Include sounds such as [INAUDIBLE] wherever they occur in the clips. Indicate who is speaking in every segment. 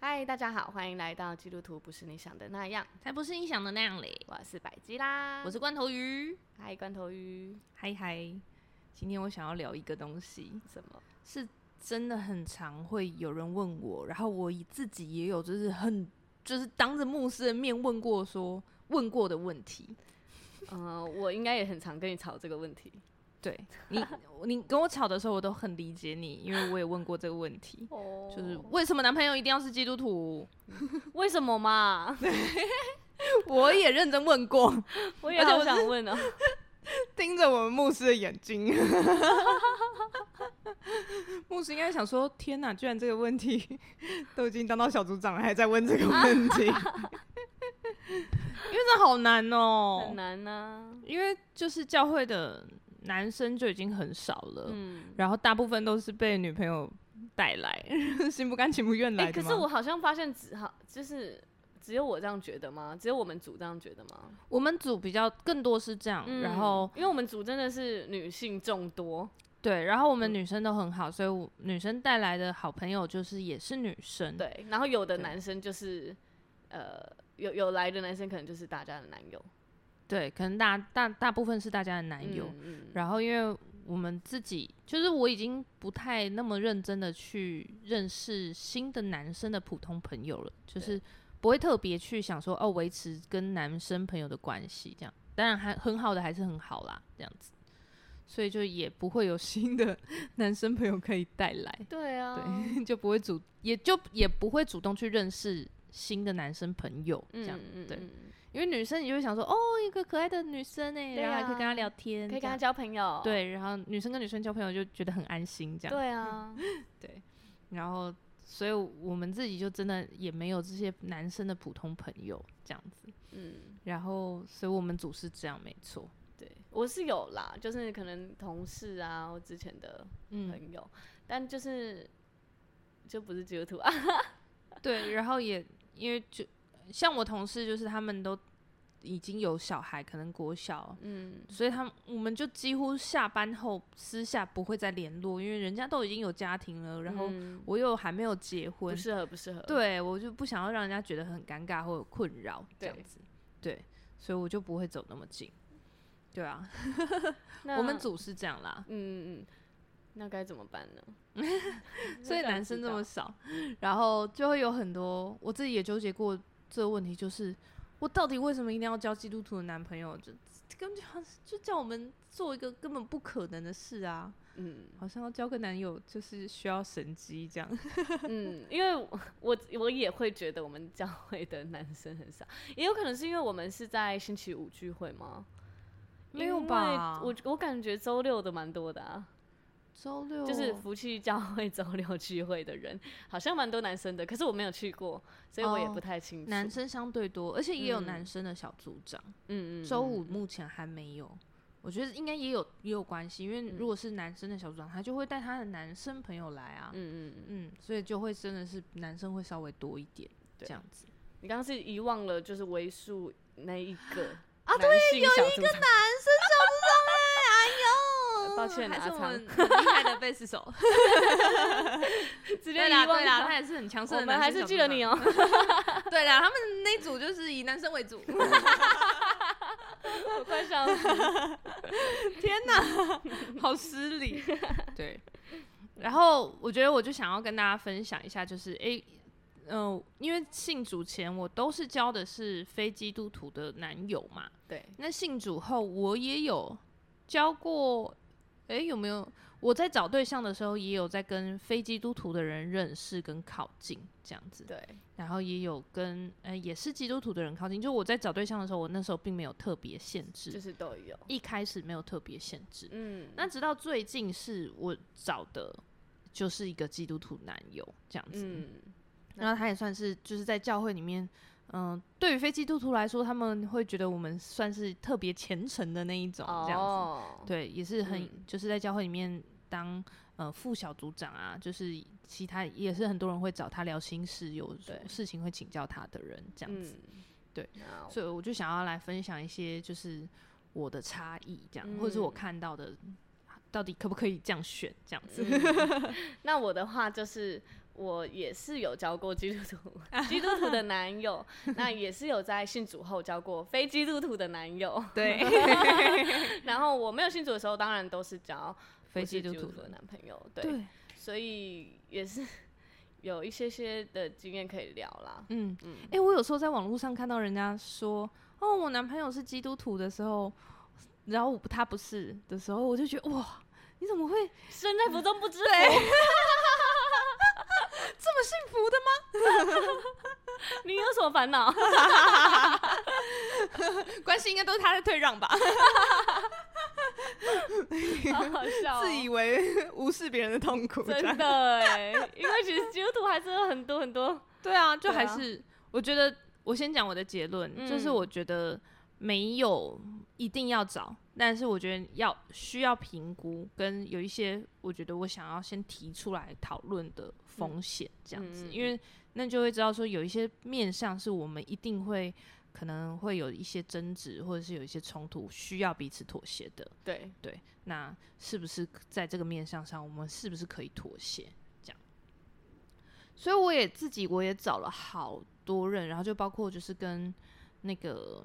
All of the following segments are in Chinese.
Speaker 1: 嗨，大家好，欢迎来到基督徒不是你想的那样，
Speaker 2: 才不是你想的那样嘞！
Speaker 1: 我是百基啦，
Speaker 2: 我是罐头鱼，
Speaker 1: 嗨罐头鱼，
Speaker 2: 嗨嗨！今天我想要聊一个东西，
Speaker 1: 什么？
Speaker 2: 是真的很常会有人问我，然后我自己也有就是很就是当着牧师的面问过说问过的问题。
Speaker 1: 呃，我应该也很常跟你吵这个问题，
Speaker 2: 对你， [LAUGHS] 你跟我吵的时候，我都很理解你，因为我也问过这个问题，
Speaker 1: 哦
Speaker 2: 就是为什么男朋友一定要是基督徒？ [LAUGHS]
Speaker 1: 为什么嘛？
Speaker 2: 我也认真问过，
Speaker 1: [LAUGHS] 我也
Speaker 2: 而且
Speaker 1: 好
Speaker 2: 我
Speaker 1: 想问哦，
Speaker 2: 盯着我们牧师的眼睛。 [LAUGHS] 牧师应该想说：“天哪，居然这个问题都已经当到小组长了，还在问这个问 [LAUGHS] 题，因为这好难哦、
Speaker 1: [LAUGHS] 很难啊呢、
Speaker 2: 因为就是教会的男生就已经很少了，
Speaker 1: 嗯，
Speaker 2: 然后大部分都是被女朋友带来， [LAUGHS] 心不甘情不愿
Speaker 1: 哎、
Speaker 2: 来的
Speaker 1: 可
Speaker 2: 嘛、
Speaker 1: 是我好像发现只好就是只有我这样觉得吗？只有我们组这样觉得吗？
Speaker 2: 我们组比较更多是这样，
Speaker 1: 嗯
Speaker 2: 然后
Speaker 1: 因为我们组真的是女性众多，
Speaker 2: 对，然后我们
Speaker 1: 嗯
Speaker 2: 女生都很好，所以我女生带来的好朋友就是也是女生，
Speaker 1: 对，然后有的
Speaker 2: 嗯对
Speaker 1: 男生就是呃有有来的男生可能就是大家的男友，
Speaker 2: 对，可能大大大部分是大家的男友。
Speaker 1: 嗯嗯
Speaker 2: 然后因为我们自己，就是我已经不太那么认真的去认识新的男生的普通朋友了，就是不会特别去想说哦维持跟男生朋友的关系这样。当然还很好的还是很好啦，这样子，所以就也不会有新的 [LAUGHS] 男生朋友可以带来，
Speaker 1: 对啊，
Speaker 2: 对，就不会主也就也不会主动去认识新的男生朋友这样。
Speaker 1: 嗯
Speaker 2: 对
Speaker 1: 嗯
Speaker 2: 因为女生你就会想说，哦，一个可爱的女生哎、
Speaker 1: 对啊
Speaker 2: 然后还可以跟她聊天，
Speaker 1: 嗯可以跟
Speaker 2: 这
Speaker 1: 他
Speaker 2: 样
Speaker 1: 交朋友，
Speaker 2: 对，啊然后女生跟女生交朋友就觉得很安心这样，
Speaker 1: 对
Speaker 2: [LAUGHS]
Speaker 1: 啊，
Speaker 2: 对，然后所以我们自己就真的也没有这些男生的普通朋友这样子，
Speaker 1: 嗯，
Speaker 2: 然后所以我们组是这样没错，
Speaker 1: 对，我是有啦，就是可能同事啊，我之前的
Speaker 2: 嗯，
Speaker 1: 朋友，但就是就不是基督徒
Speaker 2: 嗯
Speaker 1: 啊，
Speaker 2: 对，然后也因为就像我同事就是他们都已经有小孩，可能国小，
Speaker 1: 嗯，
Speaker 2: 所以他们我们就几乎下班后私下不会再联络，因为人家都已经有家庭了，然后
Speaker 1: 嗯
Speaker 2: 我又还没有结婚
Speaker 1: 不，适合，不适合，，
Speaker 2: 对我就不想要让人家觉得很尴尬或者困扰
Speaker 1: 对
Speaker 2: 这样子，对，所以我就不会走那么近。对啊，
Speaker 1: 那
Speaker 2: 我们，组是这样啦，
Speaker 1: 嗯嗯嗯，那该怎么办
Speaker 2: [LAUGHS]
Speaker 1: 呢？
Speaker 2: 所以
Speaker 1: 想
Speaker 2: 男生
Speaker 1: 知
Speaker 2: 这么
Speaker 1: 道
Speaker 2: 少，然后就会有很多，我自己也纠结过这个问题，就是我到底为什么一定要交基督徒的男朋友？就根本就好像就叫我们做一个根本不可能的事啊，
Speaker 1: 嗯
Speaker 2: 好像要交个男友就是需要神机这样。
Speaker 1: 嗯，因为我我我也会觉得我们教会的男生很少，也有可能是因为我们是在星期五聚会吗？
Speaker 2: 没有吧
Speaker 1: 因为我我感觉周六的蛮多的啊，
Speaker 2: 周六
Speaker 1: 就是福气教会周六聚会的人，好像蛮多男生的，可是我没有去过，所以我也
Speaker 2: 哦
Speaker 1: 不太清楚。
Speaker 2: 男生相对多，而且也有男
Speaker 1: 嗯
Speaker 2: 生的小组长。
Speaker 1: 嗯，嗯嗯，
Speaker 2: 周五目前还没有，我觉得应该也有也有关系，因为如果是男生的小组长，他就会带他的男生朋友来啊，
Speaker 1: 嗯，嗯嗯，
Speaker 2: 嗯，所以就会真的是男生会稍微多一点
Speaker 1: 对
Speaker 2: 这样子。
Speaker 1: 你刚刚是遗忘了就是为数那一个啊，对，有一个男，
Speaker 2: 哎
Speaker 1: 抱歉
Speaker 2: 还是
Speaker 1: 阿
Speaker 2: 我
Speaker 1: 昌
Speaker 2: [LAUGHS] 们很厉害的贝斯手，
Speaker 1: 直接
Speaker 2: 对
Speaker 1: 遗
Speaker 2: 啦
Speaker 1: 忘
Speaker 2: 对啦，
Speaker 1: 了
Speaker 2: 他也是很强
Speaker 1: 我
Speaker 2: 盛的
Speaker 1: 们
Speaker 2: 男
Speaker 1: 还
Speaker 2: 生
Speaker 1: 是
Speaker 2: 小
Speaker 1: 记
Speaker 2: 组
Speaker 1: 得
Speaker 2: 长
Speaker 1: 你。
Speaker 2: [LAUGHS]
Speaker 1: 哦。
Speaker 2: 对啦，他们那一组就是以男生为主。
Speaker 1: 我快笑死
Speaker 2: [LAUGHS]
Speaker 1: 了。
Speaker 2: 天哪， [LAUGHS] 好
Speaker 1: [LAUGHS]
Speaker 2: 失礼。对，然后我觉得我就想要跟大家分享一下，就是诶，嗯、因为信主前我都是交的是非基督徒的男友嘛，
Speaker 1: 对，
Speaker 2: 那信主后我也有交过，诶，有没有？我在找对象的时候，也有在跟非基督徒的人认识跟靠近这样子，
Speaker 1: 对，
Speaker 2: 然后也有跟呃也是基督徒的人靠近。就我在找对象的时候，我那时候并没有特别限
Speaker 1: 就
Speaker 2: 制，
Speaker 1: 是都有。
Speaker 2: 一开始没有特别限制，
Speaker 1: 嗯，
Speaker 2: 嗯那直到最近是我找的，就是一个基督徒男友这样子，
Speaker 1: 嗯，
Speaker 2: 然后他也算是就是在教会里面，嗯、对于非基督徒来说，他们会觉得我们算是特别虔诚的那一种这样子，
Speaker 1: 哦，
Speaker 2: 对，也是很、
Speaker 1: 嗯
Speaker 2: 就是在教会里面当呃副小组长啊，就是其他也是很多人会找他聊心事，有
Speaker 1: 对
Speaker 2: 事情会请教他的人这样子，
Speaker 1: 嗯
Speaker 2: 对，
Speaker 1: 那
Speaker 2: 所以我就想要来分享一些就是我的差异，这样，
Speaker 1: 嗯
Speaker 2: 或者是我看到的，到底可不可以这样选，这样子。
Speaker 1: 嗯那我的话就是，我也是有交过基督徒
Speaker 2: [LAUGHS]
Speaker 1: 基督徒的男友，那也是有在信主后交过非基督徒的男友。
Speaker 2: [LAUGHS]
Speaker 1: [LAUGHS]
Speaker 2: 对，
Speaker 1: 然后我没有信主的时候，当然都是交
Speaker 2: 非
Speaker 1: 不是基
Speaker 2: 基督
Speaker 1: 督
Speaker 2: 徒
Speaker 1: 徒的男朋友。对，
Speaker 2: 对，
Speaker 1: 所以也是 [LAUGHS] 有一些些的经验可以聊啦。
Speaker 2: [LAUGHS] 嗯，
Speaker 1: 嗯，
Speaker 2: 哎、我有时候在网络上看到人家说，哦，我男朋友是基督徒的时候，然后他不是的时候，我就觉得哇，你怎么会
Speaker 1: 身在福中不知福， [LAUGHS]
Speaker 2: 这么幸福的吗？
Speaker 1: 你有什么烦
Speaker 2: [LAUGHS]
Speaker 1: 恼？
Speaker 2: 关系应该都是他在退让吧，
Speaker 1: 好好笑、哦，
Speaker 2: 为无视别人的痛苦
Speaker 1: 真的哎，因为其实基督徒还是有很多很多，
Speaker 2: 对啊，就
Speaker 1: 对
Speaker 2: 还
Speaker 1: 啊
Speaker 2: 是、我觉得，我先讲我的结论，就是
Speaker 1: 嗯
Speaker 2: 我觉得没有一定要找，但是我觉得要需要评估，跟有一些我觉得我想要先提出来讨论的风险这样子，
Speaker 1: 嗯嗯
Speaker 2: 因为那就会知道说有一些面向是我们一定会。可能会有一些争执，或者是有一些冲突，需要彼此妥协的。
Speaker 1: 对，
Speaker 2: 对，那是不是在这个面向上，我们是不是可以妥协？这样，所以我也自己我也找了好多人，然后就包括就是跟那个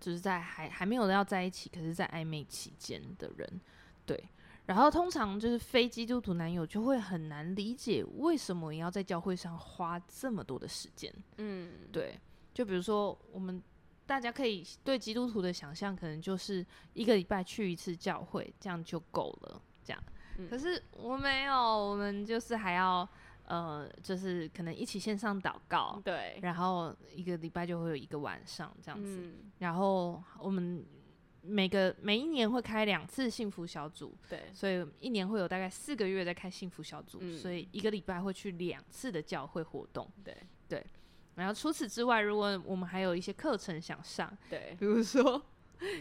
Speaker 2: 就是在还还没有要在一起，可是在暧昧期间的人，对。然后通常就是非基督徒男友就会很难理解为什么你要在教会上花这么多的时间，
Speaker 1: 嗯，
Speaker 2: 对，就比如说我们大家可以对基督徒的想象，可能就是一个礼拜去一次教会，这样就够了，这样。
Speaker 1: 嗯
Speaker 2: 可是我没有，我们就是还要呃，就是可能一起线上祷告，
Speaker 1: 对，
Speaker 2: 然后一个礼拜就会有一个晚上这样子，
Speaker 1: 嗯，
Speaker 2: 然后我们。每个每一年会开两次幸福小组，
Speaker 1: 对，
Speaker 2: 所以一年会有大概四个月在开幸福小组，
Speaker 1: 嗯
Speaker 2: 所以一个礼拜会去两次的教会活动。
Speaker 1: 对，
Speaker 2: 然后除此之外，如果我们还有一些课程想上，
Speaker 1: 对，
Speaker 2: 比如说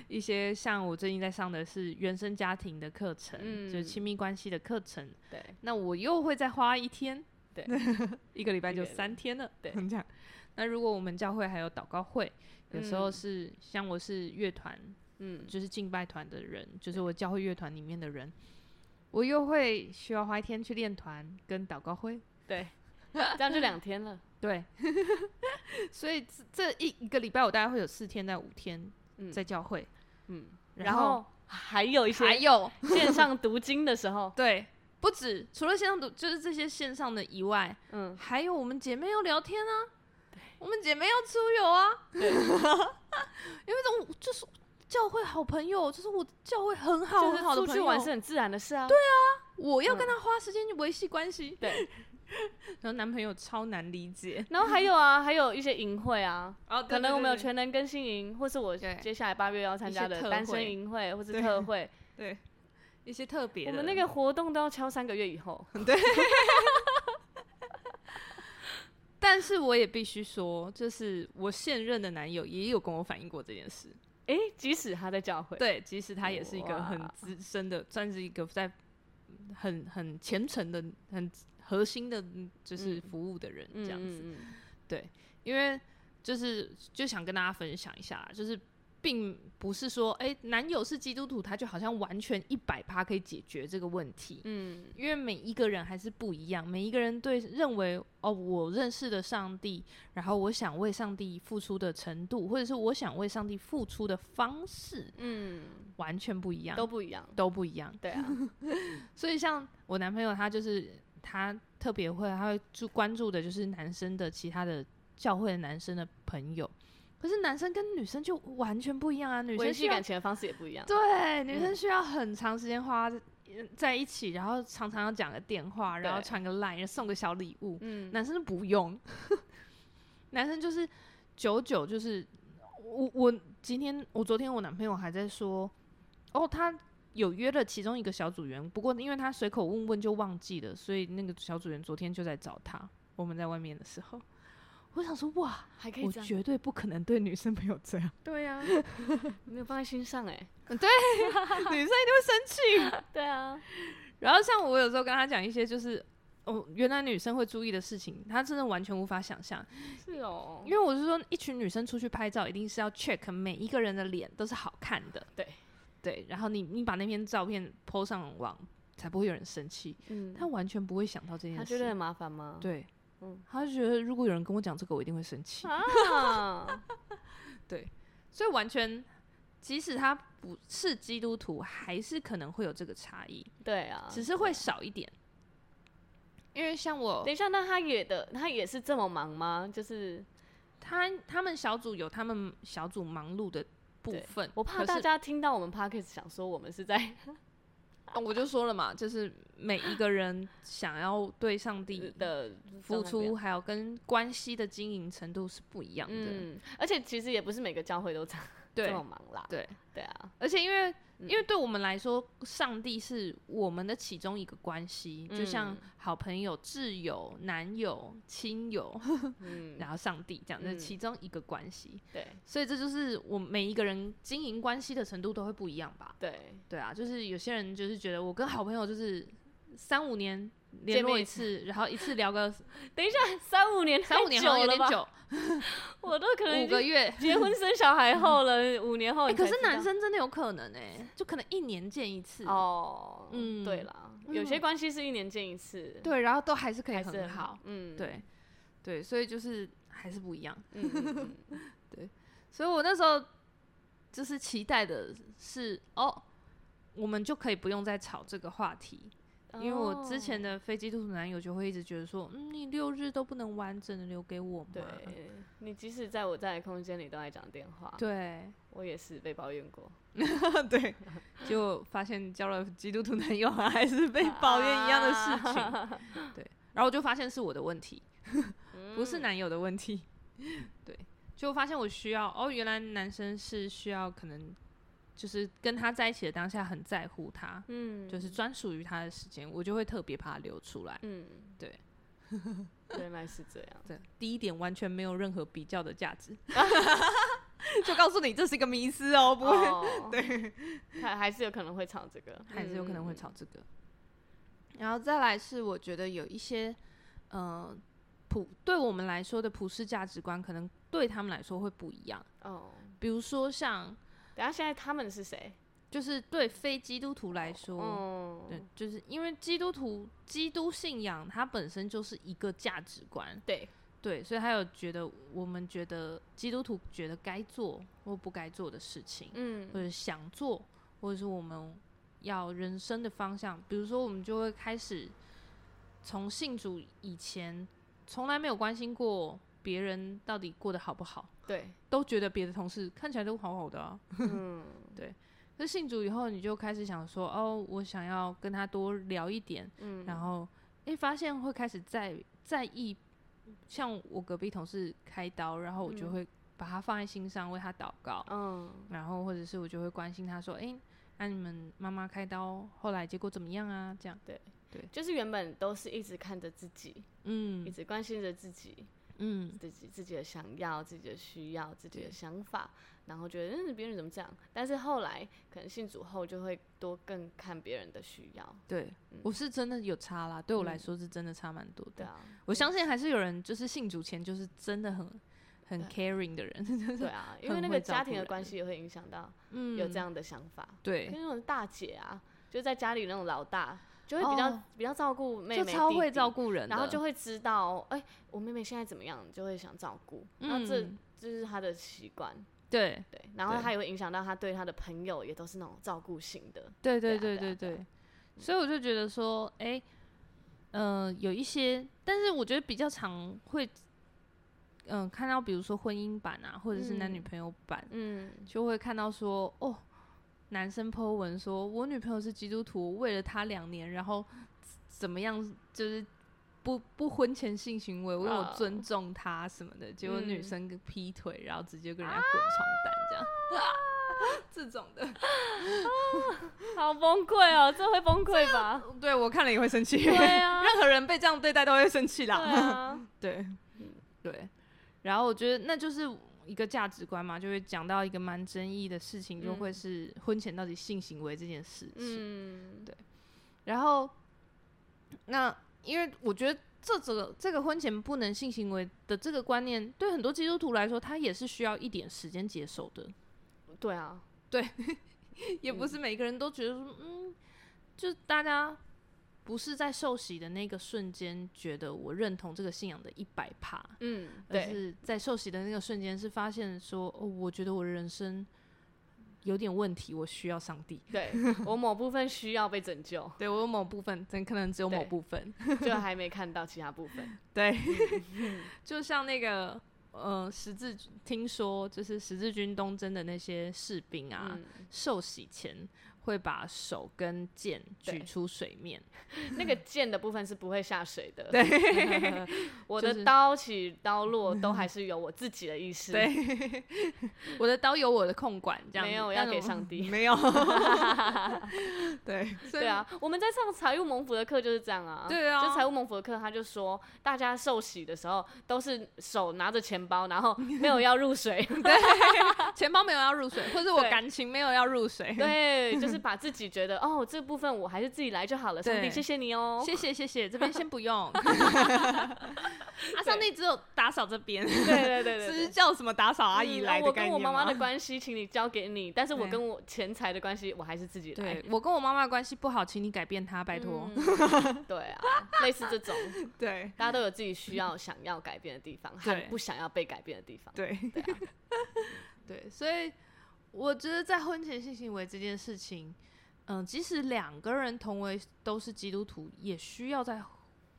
Speaker 2: 一些像我最近在上的是原生家庭的课程，
Speaker 1: 嗯
Speaker 2: 就是亲密关系的课程，
Speaker 1: 对，
Speaker 2: 那我又会再花一天，
Speaker 1: [LAUGHS] 对，
Speaker 2: 一个礼拜
Speaker 1: 一
Speaker 2: 就
Speaker 1: 个礼拜
Speaker 2: 三天了，
Speaker 1: [LAUGHS] 对
Speaker 2: 这样。那如果我们教会还有祷告会，有时
Speaker 1: 嗯
Speaker 2: 候是、像我是乐团，
Speaker 1: 嗯，
Speaker 2: 就是敬拜团的人，就是我教会乐团里面的人，我又会需要花一天去练团跟祷告会，
Speaker 1: 对， [LAUGHS] 这样就两天了， [LAUGHS]
Speaker 2: 对，所以这这一一个礼拜我大概会有四天到五天
Speaker 1: 嗯
Speaker 2: 在教会，
Speaker 1: 嗯，
Speaker 2: 然
Speaker 1: 然
Speaker 2: 后
Speaker 1: 后还有一
Speaker 2: 还
Speaker 1: 些
Speaker 2: 有
Speaker 1: [LAUGHS] 线上读经的时候，
Speaker 2: 对，不止除了线上读，就是这些线上的以外，
Speaker 1: 嗯，
Speaker 2: 还有我们姐妹要聊天啊，我们姐妹要出游 [LAUGHS] 啊，
Speaker 1: 对，
Speaker 2: 因为这种就是教会好朋友，就是我教会很好
Speaker 1: 嗯就是
Speaker 2: 很好的
Speaker 1: 出
Speaker 2: 朋
Speaker 1: 去
Speaker 2: 友，
Speaker 1: 玩是很自然的事啊，对
Speaker 2: 我要跟他花时间去维系关系，
Speaker 1: 对，
Speaker 2: 然后男朋友超难理解，
Speaker 1: 然后还有啊，还有一些营会啊，
Speaker 2: 哦，
Speaker 1: 可能我们有
Speaker 2: 全
Speaker 1: 全能更新营，或是我
Speaker 2: 对
Speaker 1: 接下来八月要参
Speaker 2: 一
Speaker 1: 加
Speaker 2: 些特
Speaker 1: 的单身
Speaker 2: 会
Speaker 1: 营会，或是
Speaker 2: 对
Speaker 1: 特会，
Speaker 2: 对一些特别
Speaker 1: 我
Speaker 2: 的，
Speaker 1: 们那个活动都要敲三个月以后。
Speaker 2: 但是我也必须说，就是我现任的男友也有跟我反映过这件事。
Speaker 1: 诶，即使他在教会，
Speaker 2: 对，即使他也是一个很
Speaker 1: 哇
Speaker 2: 资深的，算是一个在很很虔诚的、很核心的，就是
Speaker 1: 嗯
Speaker 2: 服务的人
Speaker 1: 嗯，
Speaker 2: 这样子。
Speaker 1: 嗯，嗯
Speaker 2: 因为就是就想跟大家分享一下，就是并不是说，哎、男友是基督徒，他就好像完全一百趴可以解决这个问题。
Speaker 1: 嗯，
Speaker 2: 因为每一个人还是不一样，每一个人对认为哦，我认识的上帝，然后我想为上帝付出的程度，或者是我想为上帝付出的方式，
Speaker 1: 嗯，
Speaker 2: 完全不一样，
Speaker 1: 都不一样。
Speaker 2: 都不一样。
Speaker 1: [LAUGHS] 对啊，
Speaker 2: 所以像我男朋友，他就是他特别会，他会注关注的就是男生的其他的教会的男生的朋友，可是男生跟女生就完全不一样啊，女生
Speaker 1: 维
Speaker 2: 需
Speaker 1: 系
Speaker 2: 要
Speaker 1: 感情的方式也不一样。
Speaker 2: 对，女
Speaker 1: 嗯
Speaker 2: 生需要很长时间花在在一起，然后常常要讲个电话，然后
Speaker 1: 对
Speaker 2: 传个 line，送个小礼物。
Speaker 1: 嗯，
Speaker 2: 男生不用， [LAUGHS] 男生就是久久就是我我今天我昨天我男朋友还在说，哦，他有约了其中一个小组员，不过因为他随口问问就忘记了，所以那个小组员昨天就在找他。我们在外面的时候， [LAUGHS] 我想说哇，
Speaker 1: 还可以
Speaker 2: 我
Speaker 1: 这样。
Speaker 2: 绝对不可能对女生朋友这样。
Speaker 1: 对 [LAUGHS] 呀，没有放在心上哎。
Speaker 2: 欸 [LAUGHS] 女生一定会生气。
Speaker 1: [LAUGHS] 对啊，
Speaker 2: 然后像我有时候跟他讲一些就是。哦，原来女生会注意的事情，他真的完全无法想象。
Speaker 1: 是哦
Speaker 2: 因，为我是说，一群女生出去拍照，一定是要 check 每一个人的脸都是好看的。
Speaker 1: 对
Speaker 2: 对，然后你你把那篇照片 PO 上网，才不会有人生气。
Speaker 1: 嗯，
Speaker 2: 他完全不会想到这件事，
Speaker 1: 他觉得很麻烦吗？，
Speaker 2: 对，
Speaker 1: 嗯
Speaker 2: 他就觉得如果有人跟我讲这个，我一定会生气。
Speaker 1: 啊，
Speaker 2: [LAUGHS] 所以完全，即使他不是基督徒，还是可能会有这个差异，
Speaker 1: 对啊。
Speaker 2: 只是会少一点。因为像我
Speaker 1: 等，一下，那他也的，他也是这么忙吗？就是
Speaker 2: 他他们小组有他们小组忙碌的部
Speaker 1: 对
Speaker 2: 分，
Speaker 1: 我怕
Speaker 2: 可是
Speaker 1: 大家听到我们 podcast 想说我们是在
Speaker 2: 啊我就说了嘛，就是每一个人想要对上帝
Speaker 1: 的
Speaker 2: 嗯
Speaker 1: 状
Speaker 2: 付
Speaker 1: 态
Speaker 2: 出，还有跟关系的经营程度是不一样
Speaker 1: 不
Speaker 2: 的。
Speaker 1: 一样，嗯，而且其实也不是每个教会都这样这
Speaker 2: 对
Speaker 1: 么忙啦，
Speaker 2: 对，
Speaker 1: 对啊，
Speaker 2: 而且因为
Speaker 1: 嗯
Speaker 2: 因为对我们来说，上帝是我们的其中一个关系，就像
Speaker 1: 嗯
Speaker 2: 好朋友、挚友、男友、
Speaker 1: [LAUGHS]
Speaker 2: 亲友，
Speaker 1: 嗯，
Speaker 2: 然后上帝这样，这是
Speaker 1: 嗯
Speaker 2: 其中一个关系。
Speaker 1: 对
Speaker 2: 所以这就是我们每一个人经营关系的程度都会不一样吧？
Speaker 1: 对，
Speaker 2: 对啊，就是有些人就是觉得我跟好朋友就是三五年联络
Speaker 1: 见面
Speaker 2: 一次，然后一次
Speaker 1: [LAUGHS]
Speaker 2: 聊个
Speaker 1: 三五年
Speaker 2: 三五年好像有
Speaker 1: 了
Speaker 2: 点
Speaker 1: 吧？
Speaker 2: 久，
Speaker 1: 我都可能 [LAUGHS] 已
Speaker 2: 五个
Speaker 1: 经
Speaker 2: [LAUGHS] 月。
Speaker 1: 结婚生小孩后了，五年后
Speaker 2: 哎
Speaker 1: 你才
Speaker 2: 可
Speaker 1: 知道、
Speaker 2: 是男生真的有可能哎、就可能一年见一次，
Speaker 1: 哦，嗯，
Speaker 2: 嗯
Speaker 1: 对啦，
Speaker 2: 嗯
Speaker 1: 有些关系是一年见一次，
Speaker 2: 对，然后都还是可以
Speaker 1: 还是
Speaker 2: 很好，，
Speaker 1: 嗯，
Speaker 2: 对，对，所以就是还是不一样。
Speaker 1: 嗯，嗯，嗯
Speaker 2: 所以我那时候就是期待的是，哦，我们就可以不用再吵这个话题，
Speaker 1: 嗯
Speaker 2: [LAUGHS] 因为我之前
Speaker 1: 哦
Speaker 2: 的非基督徒男友就会一直觉得说，嗯，你六日都不能完整的留给我吗？
Speaker 1: 哦对你即使在我在的空间里都爱讲电话，
Speaker 2: 对
Speaker 1: 我也是被抱怨过，
Speaker 2: 对，就发现交了基督徒男友啊还是被抱怨一样的事情，
Speaker 1: 啊
Speaker 2: 对，然后我就发现是我的问题，不是男友的问题。对，就发现我需要哦，原来男生是需要可能就是跟他在一起的当下很在乎他，
Speaker 1: 嗯，
Speaker 2: 就是专属于他的时间，我就会特别把他留出来。
Speaker 1: 嗯，
Speaker 2: [LAUGHS] 对，
Speaker 1: 原来是这样，
Speaker 2: 对，第一点完全没有任何比较的价值， [LAUGHS] 就告诉你这是一个迷思哦，不会， [LAUGHS]
Speaker 1: 哦，对，还还是有可能会吵这个，
Speaker 2: 还是有可能会
Speaker 1: 嗯，
Speaker 2: 吵这个。然后再来是我觉得有一些，呃，普对我们来说的普世价值观，可能对他们来说会不一样。
Speaker 1: 哦，
Speaker 2: 比如说像，
Speaker 1: 等一下现在他们是谁？
Speaker 2: 就是对非基督徒来说，
Speaker 1: 哦，
Speaker 2: 对，就是因为基督徒基督信仰它本身就是一个价值观，
Speaker 1: 对，
Speaker 2: 对，所以他有觉得我们觉得基督徒觉得该做或不该做的事情，
Speaker 1: 嗯
Speaker 2: 或者想做，或者是我们要人生的方向，比如说我们就会开始从信主以前从来没有关心过别人到底过得好不好，
Speaker 1: 对，
Speaker 2: 都觉得别的同事看起来都好好的啊，
Speaker 1: 嗯，
Speaker 2: 那信主以后，你就开始想说，哦，我想要跟他多聊一点，
Speaker 1: 嗯
Speaker 2: 然后诶，发现会开始在在意，像我隔壁同事开刀，然后我就
Speaker 1: 嗯
Speaker 2: 会把他放在心上，为他祷告，
Speaker 1: 嗯，
Speaker 2: 然后或者是我就会关心他说，诶，那、你们妈妈开刀后来结果怎么样啊？这样，
Speaker 1: 就是原本都是一直看着自己，一
Speaker 2: 嗯
Speaker 1: 直关心着自己，
Speaker 2: 嗯，
Speaker 1: 自己自己的想要、自己的需要、自己的
Speaker 2: 对
Speaker 1: 想法，然后觉得嗯别人怎么这样，但是后来可能信主后就会多更看别人的需要，
Speaker 2: 对
Speaker 1: 嗯
Speaker 2: 我是真的有差啦，对我来
Speaker 1: 嗯
Speaker 2: 说是真的差蛮多
Speaker 1: 对
Speaker 2: 的。 [LAUGHS]
Speaker 1: 啊，
Speaker 2: 我相信还是有人就是信主前就是真的很很 caring 的人， [LAUGHS]
Speaker 1: 对啊，因为
Speaker 2: 很
Speaker 1: 那
Speaker 2: 会
Speaker 1: 个
Speaker 2: 照
Speaker 1: 家
Speaker 2: 顾
Speaker 1: 庭的
Speaker 2: 人
Speaker 1: 关系也会影响到
Speaker 2: 嗯，
Speaker 1: 有这样的想法，
Speaker 2: 对
Speaker 1: 跟。那种大姐啊，就在家里那种老大，就会比较、
Speaker 2: 哦
Speaker 1: 比较照顾妹
Speaker 2: 就
Speaker 1: 妹，
Speaker 2: 超会照
Speaker 1: 顾。
Speaker 2: 顾人的，
Speaker 1: 然后就会知道，哎、我妹妹现在怎么样，就会想照顾。那、这
Speaker 2: 嗯
Speaker 1: 这是她的习惯，
Speaker 2: 对
Speaker 1: 对，然后
Speaker 2: 对
Speaker 1: 他也会影响到他对他的朋友，也都是那种照顾型的，
Speaker 2: 对对
Speaker 1: 对
Speaker 2: 对
Speaker 1: 啊对啊
Speaker 2: 对
Speaker 1: 对啊
Speaker 2: 对，所以我就觉得说，哎、呃，有一些，但是我觉得比较常会，嗯、看到比如说婚姻版啊，或者是男女
Speaker 1: 嗯
Speaker 2: 朋友版，
Speaker 1: 嗯，
Speaker 2: 就会看到说，哦，男生 po 文说我女朋友是基督徒，我为了她两年，然后怎么样，就是。不不婚前性行为，我有
Speaker 1: 哦
Speaker 2: 尊重她什么的，结果女
Speaker 1: 嗯啊
Speaker 2: 生跟劈腿，然后直接跟人家滚床单这样，
Speaker 1: [LAUGHS]
Speaker 2: 这种的，
Speaker 1: 好崩溃哦，这会崩溃吧？
Speaker 2: 对我看了也会生气，
Speaker 1: 对啊，
Speaker 2: 任何人被这样对待都会生气
Speaker 1: 对
Speaker 2: 啦。
Speaker 1: 啊，
Speaker 2: 对、对，然后我觉得那就是一个价值观嘛，就会讲到一个蛮争议的事情，就
Speaker 1: 嗯
Speaker 2: 会是婚前到底性行为这件事情。
Speaker 1: 嗯，
Speaker 2: 然后，那因为我觉得这这个这个婚前不能性行为的这个观念，对很多基督徒来说，他也是需要一点时间接受 [LAUGHS] 的。
Speaker 1: [LAUGHS] 对啊，
Speaker 2: 嗯也不是每个人都觉得说，嗯，就大家不是在受洗的那个瞬间觉得我认同这个信仰的一百趴，
Speaker 1: 嗯，
Speaker 2: 而
Speaker 1: 对，
Speaker 2: 是在受洗的那个瞬间是发现说，哦，我觉得我的人生有点问题，我需要上帝。
Speaker 1: 对我某部分需要被拯救，
Speaker 2: 对我有某部分，真可能只有某
Speaker 1: 对
Speaker 2: 部分。
Speaker 1: 就还没看到其他部分。
Speaker 2: 对，就像那个呃，十字听说就是十字军东征的那些士兵啊，
Speaker 1: 嗯，
Speaker 2: 受洗前会把手跟剑举
Speaker 1: 对
Speaker 2: 出水面。
Speaker 1: 那个剑的部分是不会下水的。
Speaker 2: 对
Speaker 1: [LAUGHS] 我
Speaker 2: 就
Speaker 1: 的
Speaker 2: 是
Speaker 1: 刀起刀落都还是有我自己的意识。， [LAUGHS]
Speaker 2: 对，我的刀有我的控管，这样
Speaker 1: 没
Speaker 2: 子
Speaker 1: 有
Speaker 2: 但
Speaker 1: 要给
Speaker 2: 我 [LAUGHS]
Speaker 1: 上帝 [LAUGHS]
Speaker 2: 没有。对，所以
Speaker 1: 对，啊，我们在上财务蒙福的课就是这样啊。
Speaker 2: 对啊
Speaker 1: 就财务蒙福的课，他就说大家受洗的时候都是手拿着钱包，然后没有要入水，
Speaker 2: 钱包没有要入水，或者我
Speaker 1: 对
Speaker 2: 感情没有要入水。， [LAUGHS]
Speaker 1: 对，就是把自己觉得哦这部分我还是自己来就好了，上帝
Speaker 2: 对
Speaker 1: 谢谢你哦。
Speaker 2: 谢谢谢谢，这边先不
Speaker 1: [LAUGHS]
Speaker 2: 用。啊，上帝只有打扫这边，
Speaker 1: 对对对对
Speaker 2: 是
Speaker 1: 对。
Speaker 2: [LAUGHS] 叫什么打扫阿姨
Speaker 1: 嗯
Speaker 2: 来
Speaker 1: 我
Speaker 2: 的概
Speaker 1: 跟我
Speaker 2: 念
Speaker 1: 妈妈
Speaker 2: 吗
Speaker 1: 的关系，请你交给你，但是我
Speaker 2: 对
Speaker 1: 跟我钱财的关系，我还是自己来
Speaker 2: 对。我跟我妈妈的关系不好，请你改变她，拜托。
Speaker 1: 嗯对啊，类似这种，
Speaker 2: 对
Speaker 1: 大家都有自己需要、想要改变的地方，
Speaker 2: 对
Speaker 1: 和不想要被改变的地方。
Speaker 2: 对
Speaker 1: 对啊，
Speaker 2: [LAUGHS] 对，所以我觉得在婚前性行为这件事情，嗯、即使两个人同为都是基督徒，也需要在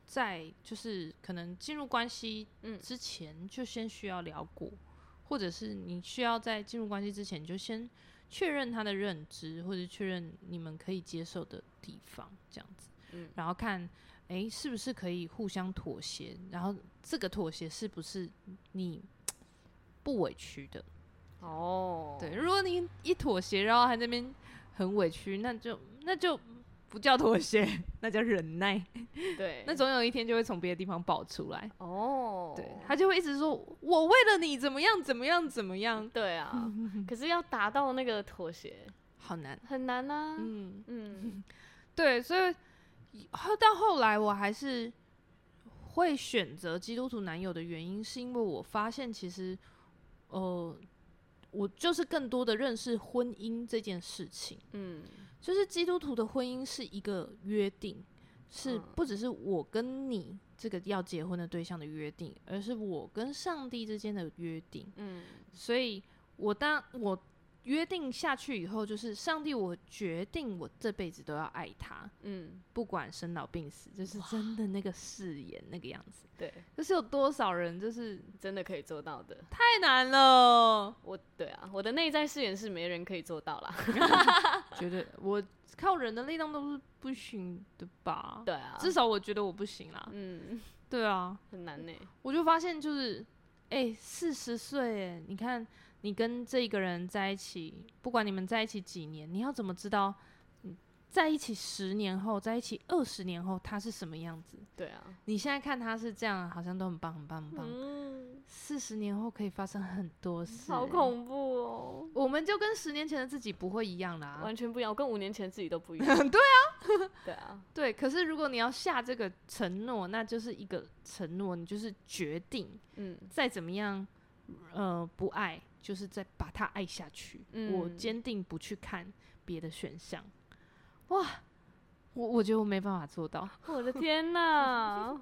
Speaker 2: 在就是可能进入关系
Speaker 1: 嗯
Speaker 2: 之前就先需要聊过，或者是你需要在进入关系之前就先确认他的认知，或者确认你们可以接受的地方，这样子，
Speaker 1: 嗯
Speaker 2: 然后看。诶，是不是可以互相妥协？然后这个妥协是不是你不委屈的？
Speaker 1: 哦，
Speaker 2: 对，如果你一妥协，然后还在那边很委屈，那就那就不叫妥协，那叫忍耐。
Speaker 1: 对，
Speaker 2: 那总有一天就会从别的地方爆出来。
Speaker 1: 哦，
Speaker 2: 对，他就会一直说：“我为了你怎么样，怎么样，怎么样。
Speaker 1: 对
Speaker 2: [LAUGHS]
Speaker 1: 啊，可是要达到那个妥协”
Speaker 2: 好难。
Speaker 1: 很难呐、嗯
Speaker 2: 嗯，
Speaker 1: 嗯
Speaker 2: 对，所以后到后来，我还是会选择基督徒男友的原因，是因为我发现其实，呃，我就是更多的认识婚姻这件事情。
Speaker 1: 嗯
Speaker 2: 就是基督徒的婚姻是一个约定，是
Speaker 1: 嗯
Speaker 2: 不只是我跟你这个要结婚的对象的约定，而是我跟上帝之间的约定。
Speaker 1: 嗯
Speaker 2: 所以我当我约定下去以后，就是上帝，我决定我这辈子都要爱他，
Speaker 1: 嗯，
Speaker 2: 不管生老病死，就是真的那个誓言那个样子。
Speaker 1: 对，
Speaker 2: 就是有多少人就是
Speaker 1: 真的可以做到的。
Speaker 2: 太难了，
Speaker 1: 我对啊，我的内在誓言是没人可以做到啦。
Speaker 2: 觉得我靠人的力量都是不行的吧？
Speaker 1: 对 [LAUGHS] 啊，
Speaker 2: 至少我觉得我不行啦。
Speaker 1: 嗯
Speaker 2: 对啊，
Speaker 1: 很难呢、
Speaker 2: 我就发现就是，哎、四十岁，哎，你看你跟这个人在一起，不管你们在一起几年，你要怎么知道，嗯在一起十年后，在一起二十年后他是什么样子？
Speaker 1: 对啊，
Speaker 2: 你现在看他是这样，好像都很棒，很棒，很棒。
Speaker 1: 嗯，
Speaker 2: 四十、年后可以发生很多事、
Speaker 1: 好
Speaker 2: 哎
Speaker 1: 恐怖哦，
Speaker 2: 我们就跟十年前的自己不会一样啦。
Speaker 1: 完全不一样，我跟五年前自己都不一样。 [LAUGHS] 对啊，对啊，
Speaker 2: 对，可是如果你要下这个承诺，那就是一个承诺，你就是决定，
Speaker 1: [LAUGHS] 嗯
Speaker 2: 再怎么样，呃，不爱，就是再把它爱下去。我
Speaker 1: 嗯
Speaker 2: 坚定不去看别的选项。哇，我我觉得我没办法做到，
Speaker 1: 我的天哪，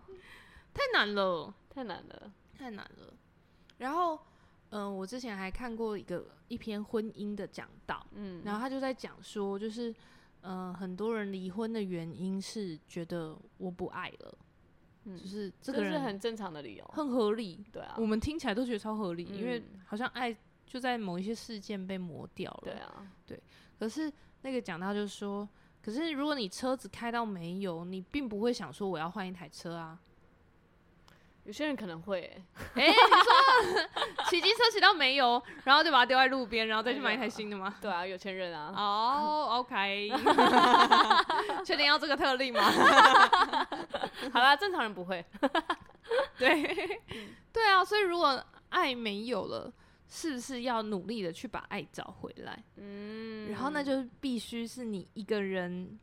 Speaker 2: 太难了，
Speaker 1: 太难了。
Speaker 2: 太难了。然后，嗯、我之前还看过一个一篇婚姻的讲道，
Speaker 1: 嗯，
Speaker 2: 然后他就在讲说，就是，嗯、很多人离婚的原因是觉得我不爱了，
Speaker 1: 嗯
Speaker 2: 就是这
Speaker 1: 这
Speaker 2: 个
Speaker 1: 是
Speaker 2: 人
Speaker 1: 很正常的理由。
Speaker 2: 很合理，
Speaker 1: 对啊
Speaker 2: 我，们听起来都觉得超合理，因为
Speaker 1: 嗯
Speaker 2: 好像爱就在某一些事件被磨掉了。
Speaker 1: 对啊，
Speaker 2: 可是那个讲到就是说，可是如果你车子开到没油，你并不会想说我要换一台车啊。 [LAUGHS]
Speaker 1: 有些人可能会欸、
Speaker 2: 哎、你说骑机车骑到没油，然后就把它丢在路边，然后再去买一台新
Speaker 1: [LAUGHS]
Speaker 2: 的吗？
Speaker 1: 对啊，有钱人啊，
Speaker 2: 哦、
Speaker 1: [LAUGHS]
Speaker 2: o k 确定要这个特例吗？
Speaker 1: 好啦，正常人 [LAUGHS] 不会。
Speaker 2: 对，对啊，所以如果爱没有了，是不是要努力的去把爱找回来？
Speaker 1: 嗯
Speaker 2: 然后那就必须是你一个人，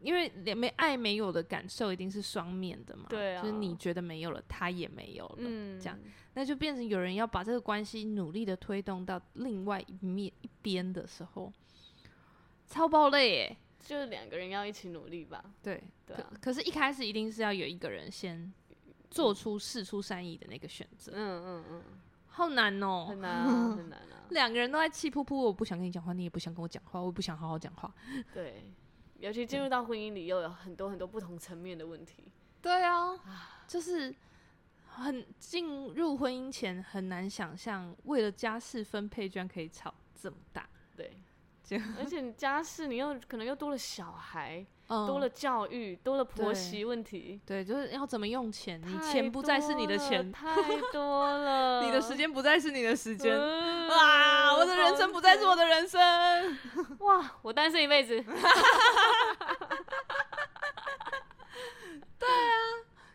Speaker 2: 因为连没爱没有的感受一定是双面的嘛。
Speaker 1: 对
Speaker 2: 就是
Speaker 1: 啊
Speaker 2: 你觉得没有了，他也没有了，
Speaker 1: 嗯
Speaker 2: 这样那就变成有人要把这个关系努力的推动到另外一面一边的时候，超爆累耶、
Speaker 1: 就是两个人要一起努力吧。
Speaker 2: 对
Speaker 1: 对
Speaker 2: 可
Speaker 1: 啊
Speaker 2: 可是，一开始一定是要有一个人先做出事出善意的那个选择，
Speaker 1: 嗯嗯
Speaker 2: 好难
Speaker 1: 嗯，
Speaker 2: 哦、
Speaker 1: 很难啊， [LAUGHS] 很难啊。
Speaker 2: 两个人都在气噗噗，我不想跟你讲话，你也不想跟我讲话，我也不想好好讲话。
Speaker 1: 对，尤其进入到婚姻里，又有很多很多不同层面的问题。
Speaker 2: 对啊，就是很进入婚姻前很难想象，为了家事分配居然可以吵这么大，
Speaker 1: 对
Speaker 2: [LAUGHS] 这，
Speaker 1: 而且你家事你又可能又多了小孩，
Speaker 2: 嗯
Speaker 1: 多了教育，多了婆
Speaker 2: 对
Speaker 1: 媳问题。
Speaker 2: 对，就是要怎么用钱，你
Speaker 1: 太
Speaker 2: 钱不再是你的
Speaker 1: 多了
Speaker 2: 钱，
Speaker 1: 太多了，
Speaker 2: [LAUGHS] 你的时间不再是你的时间。
Speaker 1: 嗯
Speaker 2: 哇！我的人生不再是我的人生，
Speaker 1: 哇，我单身一辈
Speaker 2: [LAUGHS]
Speaker 1: 子，
Speaker 2: 嗯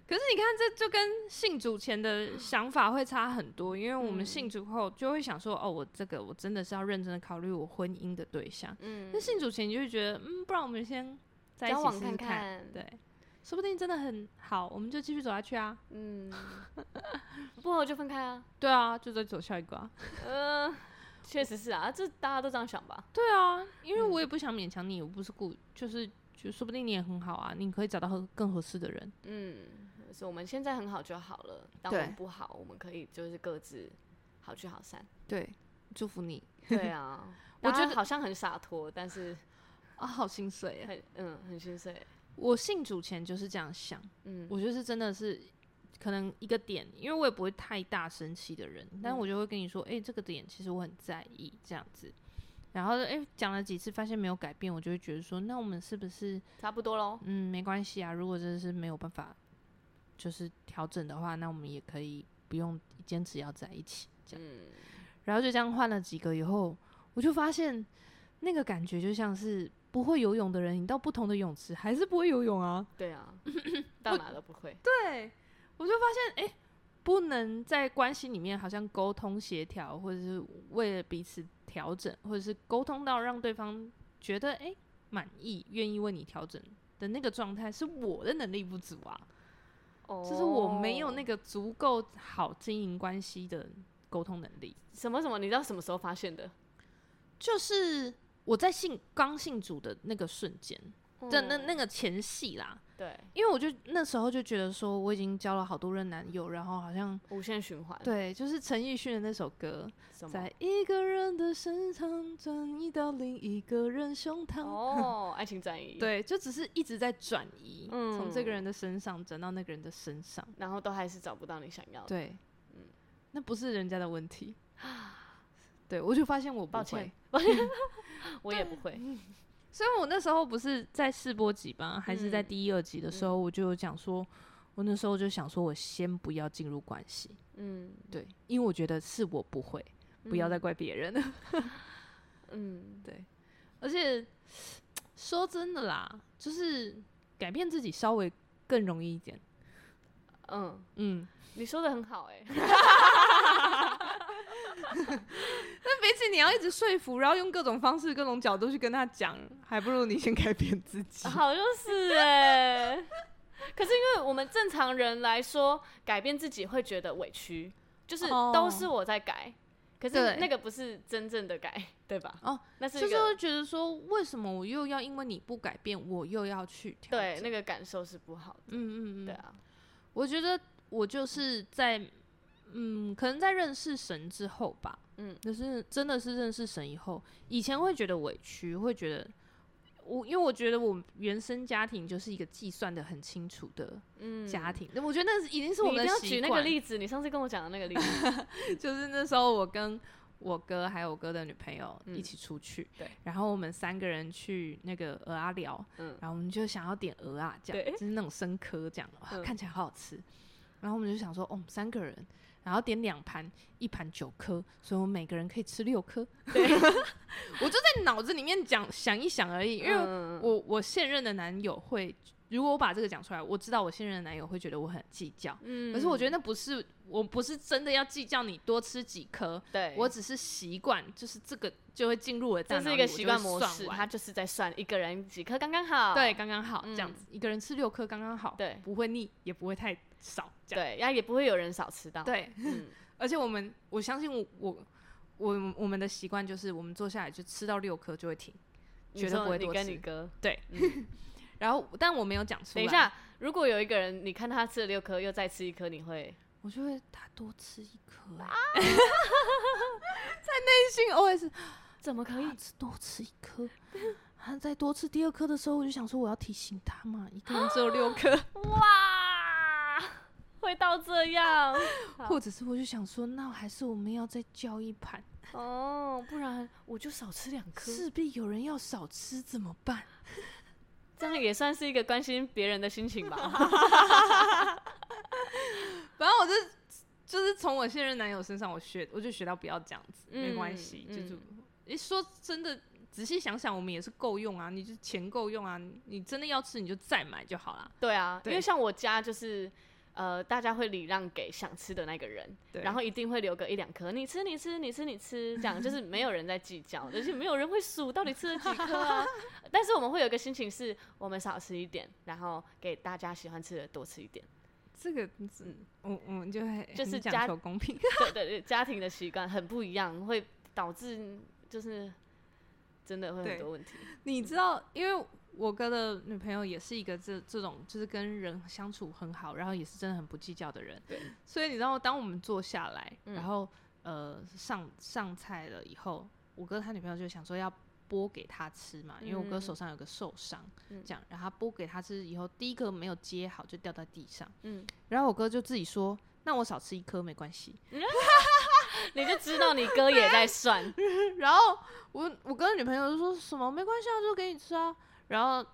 Speaker 2: 可是你看，这就跟信主前的想法会差很多，因为我
Speaker 1: 嗯
Speaker 2: 们信主后就会想说，哦，我这个我真的是要认真的考虑我婚姻的对象。
Speaker 1: 嗯
Speaker 2: 那，信主前你就会觉得，嗯，不然我们先在一
Speaker 1: 交
Speaker 2: 起
Speaker 1: 往
Speaker 2: 试试
Speaker 1: 看
Speaker 2: 看，
Speaker 1: 看，
Speaker 2: 对，说不定真的很好，我们就继续走下去啊。
Speaker 1: 嗯，不合就分开
Speaker 2: [LAUGHS]
Speaker 1: 啊，
Speaker 2: 对啊，就再走下一个啊。
Speaker 1: 嗯，确实是啊，这大家都这样想吧，
Speaker 2: 对啊，因为我也不想勉强你，我不是故，就是就说不定你也很好啊，你可以找到合更合适的人。
Speaker 1: 嗯，所以我们现在很好就好了，当我们
Speaker 2: 对
Speaker 1: 不好，我们可以就是各自好聚好
Speaker 2: [LAUGHS]
Speaker 1: 散，
Speaker 2: 对，祝福你，
Speaker 1: 对啊
Speaker 2: 我
Speaker 1: 大
Speaker 2: 觉
Speaker 1: 家
Speaker 2: 得
Speaker 1: 好像很洒脱，但是
Speaker 2: 啊，好心碎啊！
Speaker 1: 很嗯很心碎，
Speaker 2: 我信主前就是这样想，
Speaker 1: 嗯
Speaker 2: 我就是真的是可能一个点，因为我也不会太大生气的人，但我就会跟你说，哎、这个点其实我很在意这样子。然后哎，讲、了几次发现没有改变，我就会觉得说，那我们是不是
Speaker 1: 差不多喽，
Speaker 2: 嗯，没关系啊。如果真的是没有办法，就是调整的话，那我们也可以不用坚持要在一起这样。
Speaker 1: 嗯
Speaker 2: 然后就这样换了几个以后，我就发现那个感觉就像是不会游泳的人，你到不同的泳池还是不会游泳啊。
Speaker 1: 对啊，
Speaker 2: [COUGHS]
Speaker 1: 到哪都不会，
Speaker 2: 对，我就发现哎、诶不能在关系里面好像沟通协调，或者是为了彼此调整，或者是沟通到让对方觉得哎满、意，愿意为你调整的那个状态，是我的能力不足啊。就是我没有那
Speaker 1: 个
Speaker 2: 个足够好经营关系的沟通能力。
Speaker 1: 什么什么，你知道什么时候发现的？
Speaker 2: 就是我在信刚信主的那个瞬间，在、哦那
Speaker 1: 嗯
Speaker 2: 那个前戏啦，
Speaker 1: 对
Speaker 2: 因为我就那时候就觉得说，我已经交了好多任男友，然后好像
Speaker 1: 无限循环，
Speaker 2: 对，就是陈奕迅的那首歌，
Speaker 1: 什么
Speaker 2: 在一个人的身上转移到另一个人胸膛。 [LAUGHS]
Speaker 1: 哦，爱情转移，，
Speaker 2: 对，就只是一直在转移，
Speaker 1: 嗯
Speaker 2: 从这个人的身上转到那个人的身上。
Speaker 1: 然后都还是找不到你想要的，
Speaker 2: 对，那不是人家的问 [LAUGHS] 题。啊对，我就发现我不
Speaker 1: 抱
Speaker 2: 会，
Speaker 1: 歉我也不会，
Speaker 2: 所以我那时候不是在试播集吧，还是在
Speaker 1: 嗯
Speaker 2: 第一、二集的时候，我就有讲说，我那时候就想说，我先不要进入关系，
Speaker 1: 嗯
Speaker 2: 对，因为我觉得是我不会，不要再怪别人了。
Speaker 1: 嗯，
Speaker 2: 对，而且说真的啦，就是改变自己稍微更容易一点。
Speaker 1: 嗯，
Speaker 2: 嗯，
Speaker 1: 你说的很好哎、
Speaker 2: 但比起你要一直说服，然后用各种方式、各种角度去跟他讲，还不如你先改变自己。
Speaker 1: 好像是哎、 [LAUGHS] 可是因为我们正常人来说，改变自己会觉得委屈，就是
Speaker 2: 哦
Speaker 1: 都是我在改，可是
Speaker 2: 对
Speaker 1: 那个不是真正的改，对吧？
Speaker 2: 哦，
Speaker 1: 那是
Speaker 2: 就
Speaker 1: 一
Speaker 2: 是
Speaker 1: 个
Speaker 2: 会觉得说，为什么我又要因为你不改变，我又要去调
Speaker 1: 对
Speaker 2: 整
Speaker 1: 那个感受是不好的，
Speaker 2: 嗯嗯嗯，
Speaker 1: 对啊，
Speaker 2: 我觉得我就是在，嗯，可能在认识神之后吧，
Speaker 1: 嗯
Speaker 2: 就是真的是认识神以后，以前会觉得委屈，会觉得我，因为我觉得我原生家庭就是一个计算的很清楚的
Speaker 1: 嗯，
Speaker 2: 家庭，那我觉得那是已经嗯是我
Speaker 1: 你
Speaker 2: 们
Speaker 1: 一定
Speaker 2: 的
Speaker 1: 要
Speaker 2: 习
Speaker 1: 举那个
Speaker 2: 惯。
Speaker 1: 例子，你上次跟我讲的那个例
Speaker 2: [LAUGHS]
Speaker 1: 子，
Speaker 2: 就是那时候我跟我哥还有我哥的女朋友
Speaker 1: 嗯
Speaker 2: 一起出去，
Speaker 1: 对，
Speaker 2: 然后我们三个人去那个鹅啊寮，
Speaker 1: 嗯
Speaker 2: 然后我们就想要点鹅啊，这样
Speaker 1: 对
Speaker 2: 就是那种生科这样，哇
Speaker 1: 嗯
Speaker 2: 看起来好好吃。然后我们就想说，哦，我们三个人，然后点两盘，一盘九颗，所以我们每个人可以吃六颗。
Speaker 1: 对，
Speaker 2: [LAUGHS] 我就在脑子里面讲想一想而已，因为
Speaker 1: 嗯
Speaker 2: 我我现任的男友会，如果我把这个讲出来，我知道我现任的男友会觉得我很计较，
Speaker 1: 嗯
Speaker 2: 可是我觉得那不是，我不是真的要计较你多吃几颗，
Speaker 1: 对
Speaker 2: 我只是习惯，就是这个就会进入我的大
Speaker 1: 这是
Speaker 2: 脑里，
Speaker 1: 一个习惯模
Speaker 2: 我就会
Speaker 1: 式，
Speaker 2: 算
Speaker 1: 他
Speaker 2: 完
Speaker 1: 就是在算一个人几颗刚刚好。
Speaker 2: 对刚刚好这样
Speaker 1: 嗯
Speaker 2: 子，一个人吃六颗刚刚好，
Speaker 1: 对
Speaker 2: 不会腻，也不会太少，这样
Speaker 1: 对，然后也不会有人少吃到。，
Speaker 2: 对。
Speaker 1: 嗯
Speaker 2: 而且我们，我相信我我我我们的习惯就是，我们坐下来就吃到六颗就会停，
Speaker 1: 你
Speaker 2: [LAUGHS] 绝对
Speaker 1: 说
Speaker 2: 不会
Speaker 1: 你
Speaker 2: 多
Speaker 1: 跟你
Speaker 2: 吃。
Speaker 1: 哥，
Speaker 2: 然后，但我没有讲出来。
Speaker 1: 等一，下，如果有一个人，你看他吃了六颗，又再吃一颗，你会
Speaker 2: 我就会他多吃一颗、 [LAUGHS] 欸，在内心 OS
Speaker 1: 怎么可以
Speaker 2: 他？吃多吃一颗。他在多吃第二颗的时候，我就想说我要提醒他嘛，一个人只有六 [LAUGHS] 颗，
Speaker 1: 哇，会到这样
Speaker 2: 或者是我就想说，那还是我们要再叫一盘，
Speaker 1: [LAUGHS] 哦，不然我就少吃两颗，
Speaker 2: 势必有人要少吃怎么办？
Speaker 1: 这样也算是一个关心别人的心情 [LAUGHS] 吧。
Speaker 2: 反正我就就是从我现任男友身上，我学我就学到不要这样子，没关
Speaker 1: 嗯
Speaker 2: 系，
Speaker 1: 嗯
Speaker 2: 就是一说真的，仔细想想，我们也是够用啊，你就钱够用啊，你你真的要吃你就再买就好啦。
Speaker 1: 对啊，因为
Speaker 2: 对
Speaker 1: 像我家就是。呃，大家会礼让给想吃的那个人，
Speaker 2: 对
Speaker 1: 然后一定会留个一两颗，你吃，你吃，你吃，你吃，这 [LAUGHS] 样就是没有人在计较，而且没有人会数到底吃了几颗 [LAUGHS] 啊。但是我们会有一个心情是，我们少吃一点，然后给大家喜欢吃的多吃一点。
Speaker 2: 这个，嗯，我我们就会
Speaker 1: 就是
Speaker 2: 很
Speaker 1: 家
Speaker 2: 讲求公平， [LAUGHS]
Speaker 1: 对对对，家庭的习惯很不一样，会导致就是真的会很
Speaker 2: 对
Speaker 1: 多问题。
Speaker 2: 你知道，因为我哥的女朋友也是一个这这种，就是跟人相处很好，然后也是真的很不计较的人。
Speaker 1: 对，
Speaker 2: 所以你知道，当我们坐下来，
Speaker 1: 嗯
Speaker 2: 然后呃上上菜了以后，我哥他女朋友就想说要剥给他吃嘛，因为我哥
Speaker 1: 嗯
Speaker 2: 手上有个受伤，
Speaker 1: 嗯
Speaker 2: 这样，然后他剥给他吃以后，第一个没有接好就掉在地上，
Speaker 1: 嗯，
Speaker 2: 然后我哥就自己说。那我少吃一颗没关系。
Speaker 1: 你就知道你哥也在算，
Speaker 2: 然后我我哥的女朋友就说什么没关系啊，就给你吃啊。然后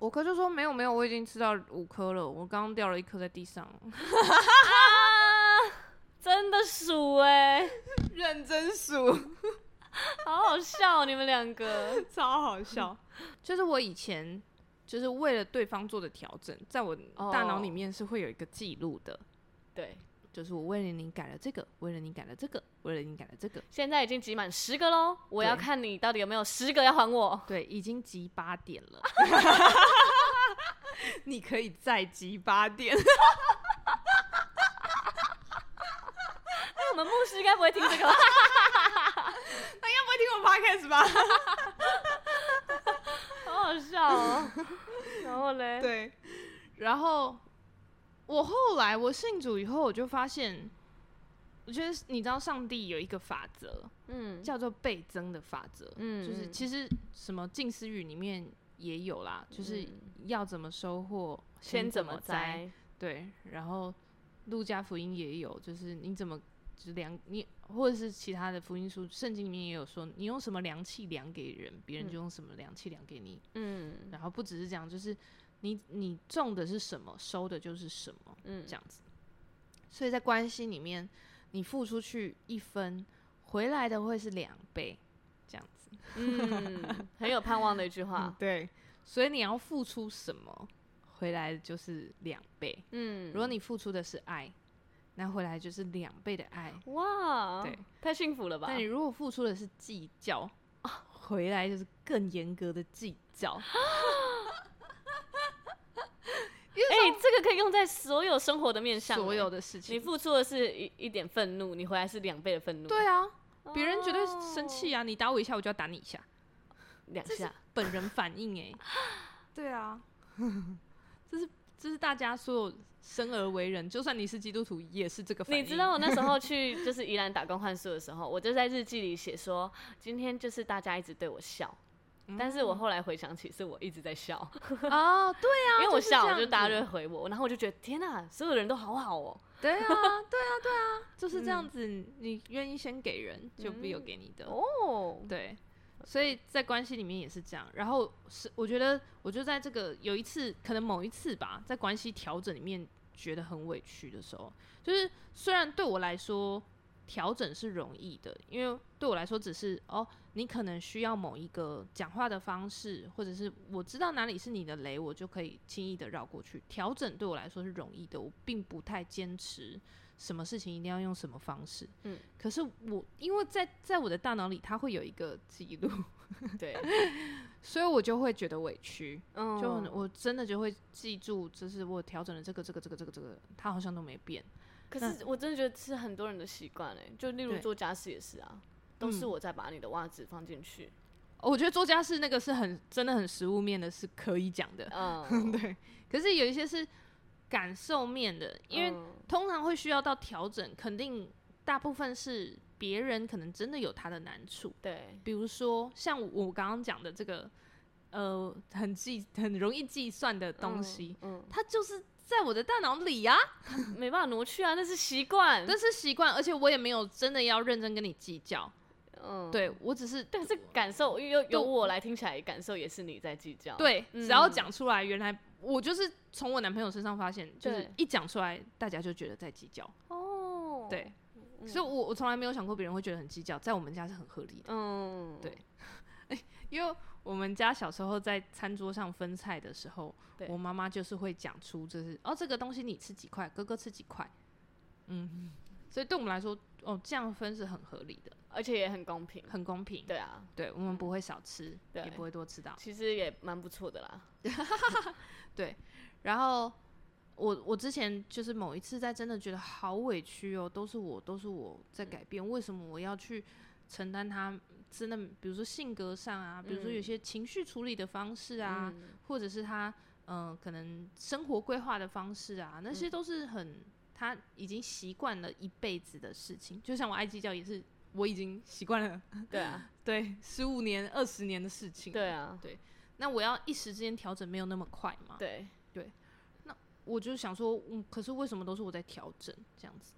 Speaker 2: 我哥就说没有没有，我已经吃到五颗了，我刚刚掉了一颗在地上，
Speaker 1: 真的数哎、
Speaker 2: 认真数，
Speaker 1: 好好笑哦、你们两个。
Speaker 2: 超好笑。就是我以前就是为了对方做的调整，在我大脑里
Speaker 1: 哦
Speaker 2: 面是会有一个记录的。
Speaker 1: 对，
Speaker 2: 就是我为了你改了这个，为了你改了这个，为了你改了这个，
Speaker 1: 现在已经集满十个喽，我要
Speaker 2: 对
Speaker 1: 看你到底有没有十个要还我。
Speaker 2: 对，已经集八点了， [LAUGHS] 你可以再集八 [LAUGHS] 点。
Speaker 1: 哎，我们牧师该不会听这个吧？
Speaker 2: 他应该不会听我 podcast 吧？
Speaker 1: 好好笑哦、然后嘞，
Speaker 2: 对， [LAUGHS] 然后我后来我信主以后，我就发现，我觉得你知道，上帝有一个法则
Speaker 1: 嗯
Speaker 2: 叫做倍增的法则，
Speaker 1: 嗯
Speaker 2: 就是其实什么近思语里面也有啦，就是
Speaker 1: 嗯
Speaker 2: 要怎么收获，
Speaker 1: 先怎
Speaker 2: 怎
Speaker 1: 么
Speaker 2: 栽，
Speaker 1: 栽？
Speaker 2: 对，然后路加福音也有，就是你怎么。就是量你，或者是其他的福音书、圣经里面也有说，你用什么量器量给人，别人就用什么量器量给你。
Speaker 1: 嗯
Speaker 2: 然后不只是这样，就是你你种的是什么，收的就是什么，
Speaker 1: 嗯
Speaker 2: 这样子。所以在关系里面，你付出去一分，回来的会是两倍，这样子。
Speaker 1: 嗯，很有盼望的一句话。
Speaker 2: 对。所以你要付出什么，回来的就是两倍。
Speaker 1: 嗯
Speaker 2: 如，果你付出的是爱，那回来就是两倍的爱。
Speaker 1: 哇，
Speaker 2: 对，
Speaker 1: 太幸福了吧哎哦
Speaker 2: 但？你如果付出的是计较，回来就是更严格的计较。
Speaker 1: 哎、这个可以用在所有生活的面上、
Speaker 2: 所
Speaker 1: 哎
Speaker 2: 有的事情，
Speaker 1: 你付出的是一一点愤怒，你回来是两倍的愤怒，
Speaker 2: 对啊，
Speaker 1: 哦，
Speaker 2: 别人绝对生气啊！你打我一下，我就要打你一下，
Speaker 1: 两
Speaker 2: 这是
Speaker 1: 下，
Speaker 2: 本人反应哎、 [LAUGHS] 对啊， [LAUGHS] 这是这是大家所有生而为人，就算你是基督徒，也是这个反应。
Speaker 1: 你知
Speaker 2: [LAUGHS]
Speaker 1: 道我那时候去 [LAUGHS] 就是宜兰打工换宿的时候，我就在日记里写说，今天就是大家一直对我笑，
Speaker 2: 嗯
Speaker 1: 但是我后来回想起是我一直在笑，
Speaker 2: 哦，对啊，
Speaker 1: 因为我
Speaker 2: 就是这样
Speaker 1: 笑，
Speaker 2: 子
Speaker 1: 我就大家就会回我，然后我就觉得天哪、所有人都好好哦、
Speaker 2: [LAUGHS] 对啊，对啊，对啊，就是这样子。你愿意先给人，就必有给你的。
Speaker 1: 哦，
Speaker 2: 对，所以在关系里面也是这样。然后是我觉得，我就在这个有一次，可能某一次吧，在关系调整里面觉得很委屈的时候，就是虽然对我来说调整是容易的，因为对我来说只是哦，你可能需要某一个讲话的方式，或者是我知道哪里是你的雷，我就可以轻易的绕过去。调整对我来说是容易的，我并不太坚持。什么事情一定要用什么方式？
Speaker 1: 嗯，
Speaker 2: 可是我因为在在我的大脑里，它会有一个记录，
Speaker 1: 对，
Speaker 2: 所以我就会觉得委屈，
Speaker 1: 嗯
Speaker 2: 就很我真的就会记住，就是我调整了这个这个这个这个这个，它好像都没变。
Speaker 1: 可是我真的觉得是很多人的习惯哎，就例如
Speaker 2: 对
Speaker 1: 做家事也是啊，都是
Speaker 2: 嗯 [LAUGHS]
Speaker 1: 我在把你的袜子放进去，
Speaker 2: 哦我觉得做家事那个是很真的很实物面的，是可以讲的。
Speaker 1: [LAUGHS] 嗯，
Speaker 2: 对，可是有一些是感受面的，因为
Speaker 1: 嗯
Speaker 2: 通常会需要到调整，肯定大部分是别人可能真的有他的难处，
Speaker 1: 对，
Speaker 2: 比如说像我刚刚讲的这个，呃，很计很容易计算的东西，
Speaker 1: 嗯，
Speaker 2: 它就是在我的大脑里啊，
Speaker 1: 嗯没办法挪去啊，那是习惯。
Speaker 2: 这是习惯，而且我也没有真的要认真跟你计较，
Speaker 1: 嗯，
Speaker 2: 对我只是
Speaker 1: 但是感受由由
Speaker 2: 就
Speaker 1: 我来听起来，感受也是你在计较。，
Speaker 2: 对，
Speaker 1: 嗯
Speaker 2: 只要讲出来，原来我就是从我男朋友身上发现，就是
Speaker 1: 对
Speaker 2: 一讲出来，大家就觉得在计较。
Speaker 1: 哦，
Speaker 2: 对，
Speaker 1: 嗯，
Speaker 2: 所以我我从来没有想过别人会觉得很计较，在我们家是很合理的，
Speaker 1: 嗯，
Speaker 2: 对因为我们家小时候在餐桌上分菜的时候
Speaker 1: 对，
Speaker 2: 我妈妈就是会讲出就是哦这个东西你吃几块，哥哥吃几块，嗯，所以对我们来说，哦这样分是很合理的，
Speaker 1: 而且也很公平。
Speaker 2: 很公平。
Speaker 1: 对啊，
Speaker 2: 对，我们不会少吃，
Speaker 1: 对
Speaker 2: 也不会多吃到。
Speaker 1: 其实也蛮不错的啦。
Speaker 2: 然后我我之前就是某一次在真的觉得好委屈哦，都是我都是我在改变，
Speaker 1: 嗯
Speaker 2: 为什么我要去承担他真的，比如说性格上啊，比如说有
Speaker 1: 嗯
Speaker 2: 些情绪处理的方式啊，
Speaker 1: 嗯，
Speaker 2: 或者是他嗯、呃可能生活规划的方式啊，那些
Speaker 1: 嗯
Speaker 2: 都是很他已经习惯了一辈子的事情，就像我爱计较也是。我已经习惯
Speaker 1: [LAUGHS]
Speaker 2: 了，
Speaker 1: 对
Speaker 2: [LAUGHS]
Speaker 1: 啊，
Speaker 2: 对，十五年、二十年的事情。
Speaker 1: 对，啊，
Speaker 2: 那我要一时之间调整，没有那么快嘛。
Speaker 1: 对，
Speaker 2: 我就想说，嗯，可是为什么都是我在调整这样子？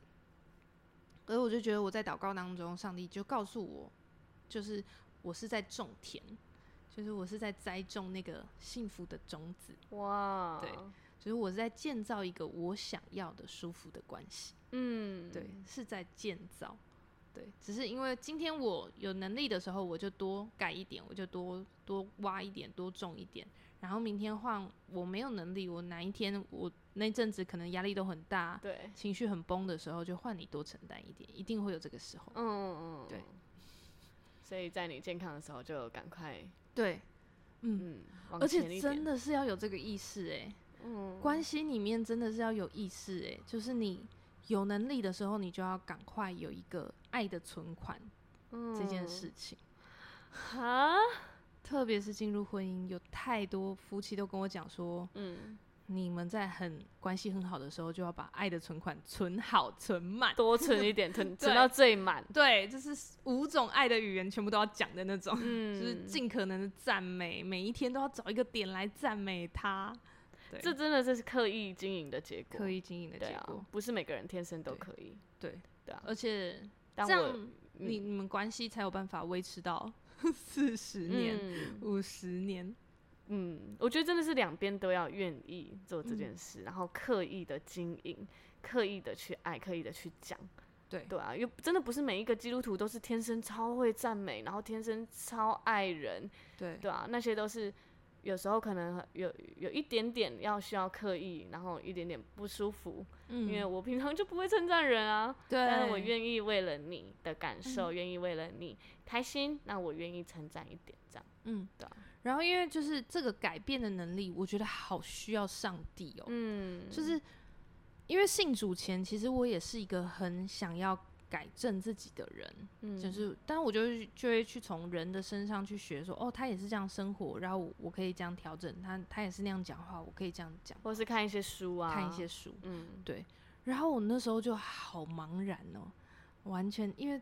Speaker 2: 而我就觉得我在祷告当中，上帝就告诉我，就是我是在种田，就是我是在栽种那个幸福的种子，
Speaker 1: 哇，
Speaker 2: 对，就是我是在建造一个我想要的舒服的关系，
Speaker 1: 嗯，
Speaker 2: 对，是在建造，对，只是因为今天我有能力的时候，我就多改一点，我就多多挖一点，多种一点，然后明天换我没有能力，我哪一天我那阵子可能压力都很大，
Speaker 1: 对，
Speaker 2: 情绪很崩的时候，就换你多承担一点，一定会有这个时候。
Speaker 1: 嗯嗯，嗯
Speaker 2: 对。
Speaker 1: 所以在你健康的时候，就赶快
Speaker 2: 对，
Speaker 1: 嗯，往
Speaker 2: 而
Speaker 1: 前
Speaker 2: 且
Speaker 1: 一
Speaker 2: 真
Speaker 1: 点，
Speaker 2: 的是要有这个意识哎、
Speaker 1: 嗯，
Speaker 2: 关系里面真的是要有意识哎、就是你有能力的时候，你就要赶快有一个爱的存款、这件事情。
Speaker 1: 哈，
Speaker 2: 特别是进入婚姻，有太多夫妻都跟我讲说，
Speaker 1: 嗯，
Speaker 2: 你们在很关系很好的时候，就要把爱的存款存好、存满。
Speaker 1: 多存一点，
Speaker 2: [LAUGHS]
Speaker 1: 存存
Speaker 2: 对
Speaker 1: 到最满，
Speaker 2: 对，就是五种爱的语言全部都要讲的那种。
Speaker 1: 嗯，
Speaker 2: 就是尽可能的赞美，每一天都要找一个点来赞美他。对，
Speaker 1: 这真的是刻意经营的结果，
Speaker 2: 刻意经营的
Speaker 1: 对
Speaker 2: 结
Speaker 1: 啊
Speaker 2: 果，，
Speaker 1: 不是每个人天生都
Speaker 2: 对
Speaker 1: 可以，
Speaker 2: 对，
Speaker 1: 对啊，
Speaker 2: 而且
Speaker 1: 但
Speaker 2: 这
Speaker 1: 我嗯
Speaker 2: 样你你们关系才有办法维持到 [LAUGHS] 四十年、
Speaker 1: 嗯
Speaker 2: 五十年。
Speaker 1: 嗯，我觉得真的是两边都要愿意做这
Speaker 2: 嗯
Speaker 1: 件事，然后刻意的经营，刻意的去爱，刻意的去讲。
Speaker 2: 对
Speaker 1: 对啊，又真的不是每一个基督徒都是天生超会赞美，然后天生超爱人，
Speaker 2: 对
Speaker 1: 对啊，那些都是有时候可能有有一点点要需要刻意，然后一点点不舒服，
Speaker 2: 嗯
Speaker 1: 因为我平常就不会称赞人啊，
Speaker 2: 对，嗯
Speaker 1: 但是我愿意为了你的感受，愿意为了你开心，那我愿意称赞一点，这样，
Speaker 2: 嗯
Speaker 1: 对啊
Speaker 2: 然后因为就是这个改变的能力，我觉得好需要上帝哦，
Speaker 1: 嗯，
Speaker 2: 就是因为信主前，其实我也是一个很想要改正自己的人。
Speaker 1: 嗯
Speaker 2: 就是，但我就会就会去从人的身上去学说，哦，他也是这样生活，然后我我可以这样调整，他他也是那样讲话，我可以这样讲，
Speaker 1: 或是看一些书啊，
Speaker 2: 看一些，书，
Speaker 1: 嗯，
Speaker 2: 然后我那时候就好茫然哦，完全因为